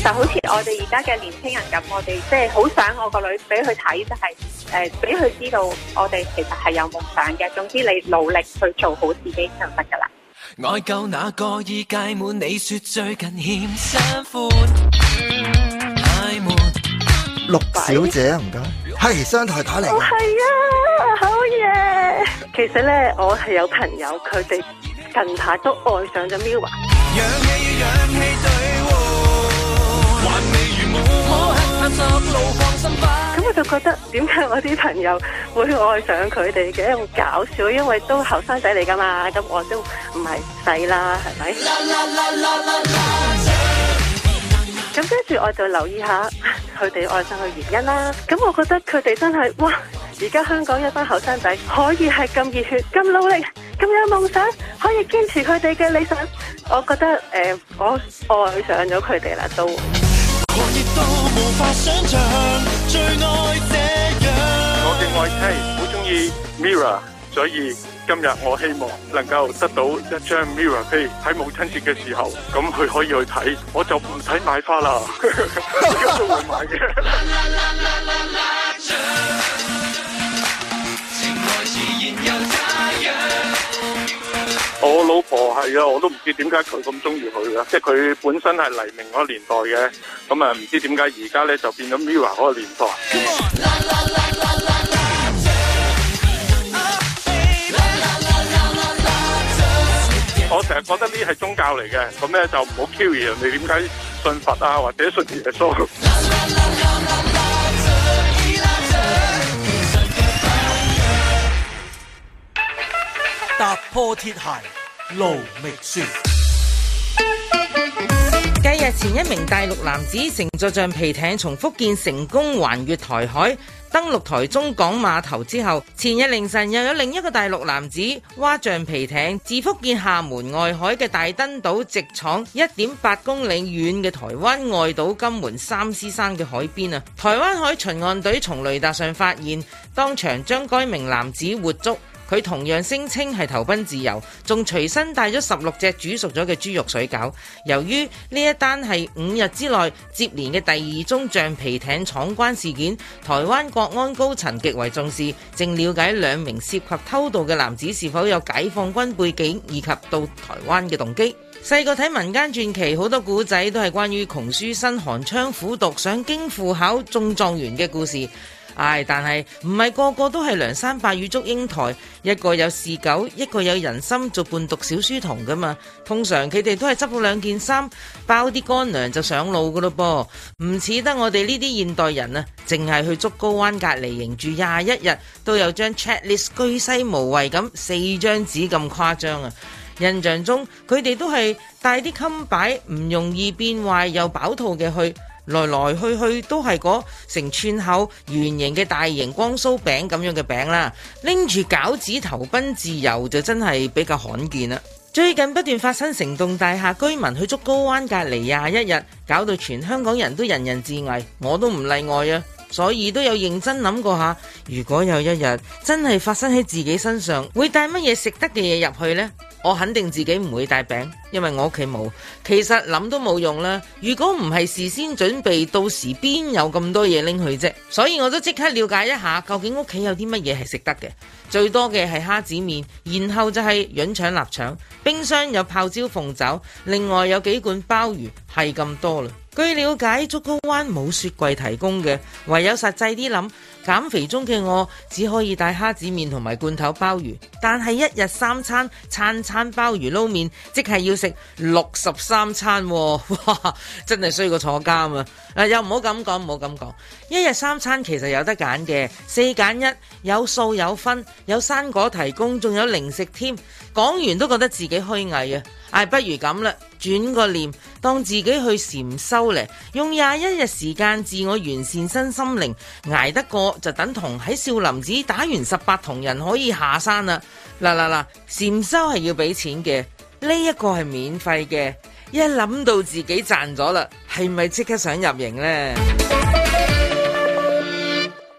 T: 就好似我哋而家嘅年輕人咁，我哋即係好想我個女俾佢睇，就係誒俾佢知道我哋其實係有夢想嘅。總之你努力去做好自己就得㗎啦。
F: 愛夠那個已屆滿，你說最近欠三款，太悶。
G: 陸小姐唔該，係商台打嚟
T: 我
G: 嘅。
T: 係啊，好嘢！其實咧，我係有朋友，佢哋近排都愛上咗 Miu 啊。
F: 氧氣與氧氣對換，還未如夢。摸黑探索路放心吧。
T: 咁我就覺得點解我啲朋友會愛上佢哋嘅咁搞笑？因為都後生仔嚟㗎嘛，咁我都唔係細啦，係咪？咁跟住我就留意下 佢哋愛上嘅原因啦。咁我覺得佢哋真係哇！而家香港一班後生仔可以係咁熱血、咁努力、咁有夢想，可以堅持佢哋嘅理想。我覺得誒、呃我愛上咗佢哋啦，都。
F: 狂熱到無法想像，最愛這樣。
R: 我嘅愛妻好中意 Mira，所以今日我希望能夠得到一張 Mira 飛喺母親節嘅時候，咁佢可以去睇，我就唔使買花啦，而家都會買嘅。我老婆係啊，我都唔知點解佢咁中意佢嘅，即係佢本身係黎明嗰個年代嘅，咁啊唔知點解而家咧就變咗 Mira 嗰個年代。我成日覺得呢係宗教嚟嘅，咁咧就唔好 q 人哋點解信佛啊，或者信耶穌。
A: 踏破鐵鞋路未雪。
D: 繼日前一名大陸男子乘坐橡皮艇從福建成功橫越台海，登陸台中港碼頭之後，前日凌晨又有另一個大陸男子划橡皮艇自福建廈門外海嘅大登島直闖一點八公里遠嘅台灣外島金門三獅山嘅海邊啊！台灣海巡岸隊從雷達上發現，當場將該名男子活捉。佢同樣聲稱係投奔自由，仲隨身帶咗十六隻煮熟咗嘅豬肉水餃。由於呢一單係五日之內接連嘅第二宗橡皮艇闖關事件，台灣國安高層極為重視，正了解兩名涉及偷渡嘅男子是否有解放軍背景以及到台灣嘅動機。細個睇民間傳奇，好多古仔都係關於窮書生寒窗苦讀上京赴考中狀元嘅故事。唉，但係唔係個個都係梁山伯與祝英台，一個有侍狗，一個有人參做伴讀小書童噶嘛。通常佢哋都係執到兩件衫，包啲乾糧就上路噶咯噃，唔似得我哋呢啲現代人啊，淨係去竹篙灣隔離營住廿一日，都有張 checklist 居西無畏咁四張紙咁誇張啊！印象中佢哋都係帶啲襟擺，唔容易變壞又飽肚嘅去。來來去去都係嗰成寸厚圓形嘅大型光酥餅咁樣嘅餅啦，拎住餃子投奔自由就真係比較罕見啦。最近不斷發生成棟大廈居民去竹篙灣隔離廿一日，搞到全香港人都人人自危，我都唔例外啊！所以都有認真諗過下，如果有一日真係發生喺自己身上，會帶乜嘢食得嘅嘢入去呢？我肯定自己唔會帶餅，因為我屋企冇。其實諗都冇用啦。如果唔係事先準備，到時邊有咁多嘢拎去啫？所以我都即刻了解一下，究竟屋企有啲乜嘢係食得嘅。最多嘅係蝦子麵，然後就係潤腸臘腸。冰箱有泡椒鳳爪，另外有幾罐鮑魚，係咁多啦。據了解，竹篙灣冇雪櫃提供嘅，唯有實際啲諗。減肥中嘅我只可以帶蝦子麵同埋罐頭鮑魚，但係一日三餐，餐餐鮑魚撈麵，即係要食六十三餐喎、 哇！真係衰過坐監啊！啊，又唔好咁講，唔好咁講。一日三餐其實有得揀嘅，四揀一，有數有分，有生果提供，仲有零食添。講完都覺得自己虛偽啊！唉，不如咁啦，轉個念，當自己去禪修咧，用廿一日時間自我完善身心靈，捱得過就等同喺少林寺打完十八銅人可以下山啦。嗱嗱嗱，禪修係要俾錢嘅，呢一個係免費嘅。一諗到自己賺咗啦，係咪即刻想入營呢？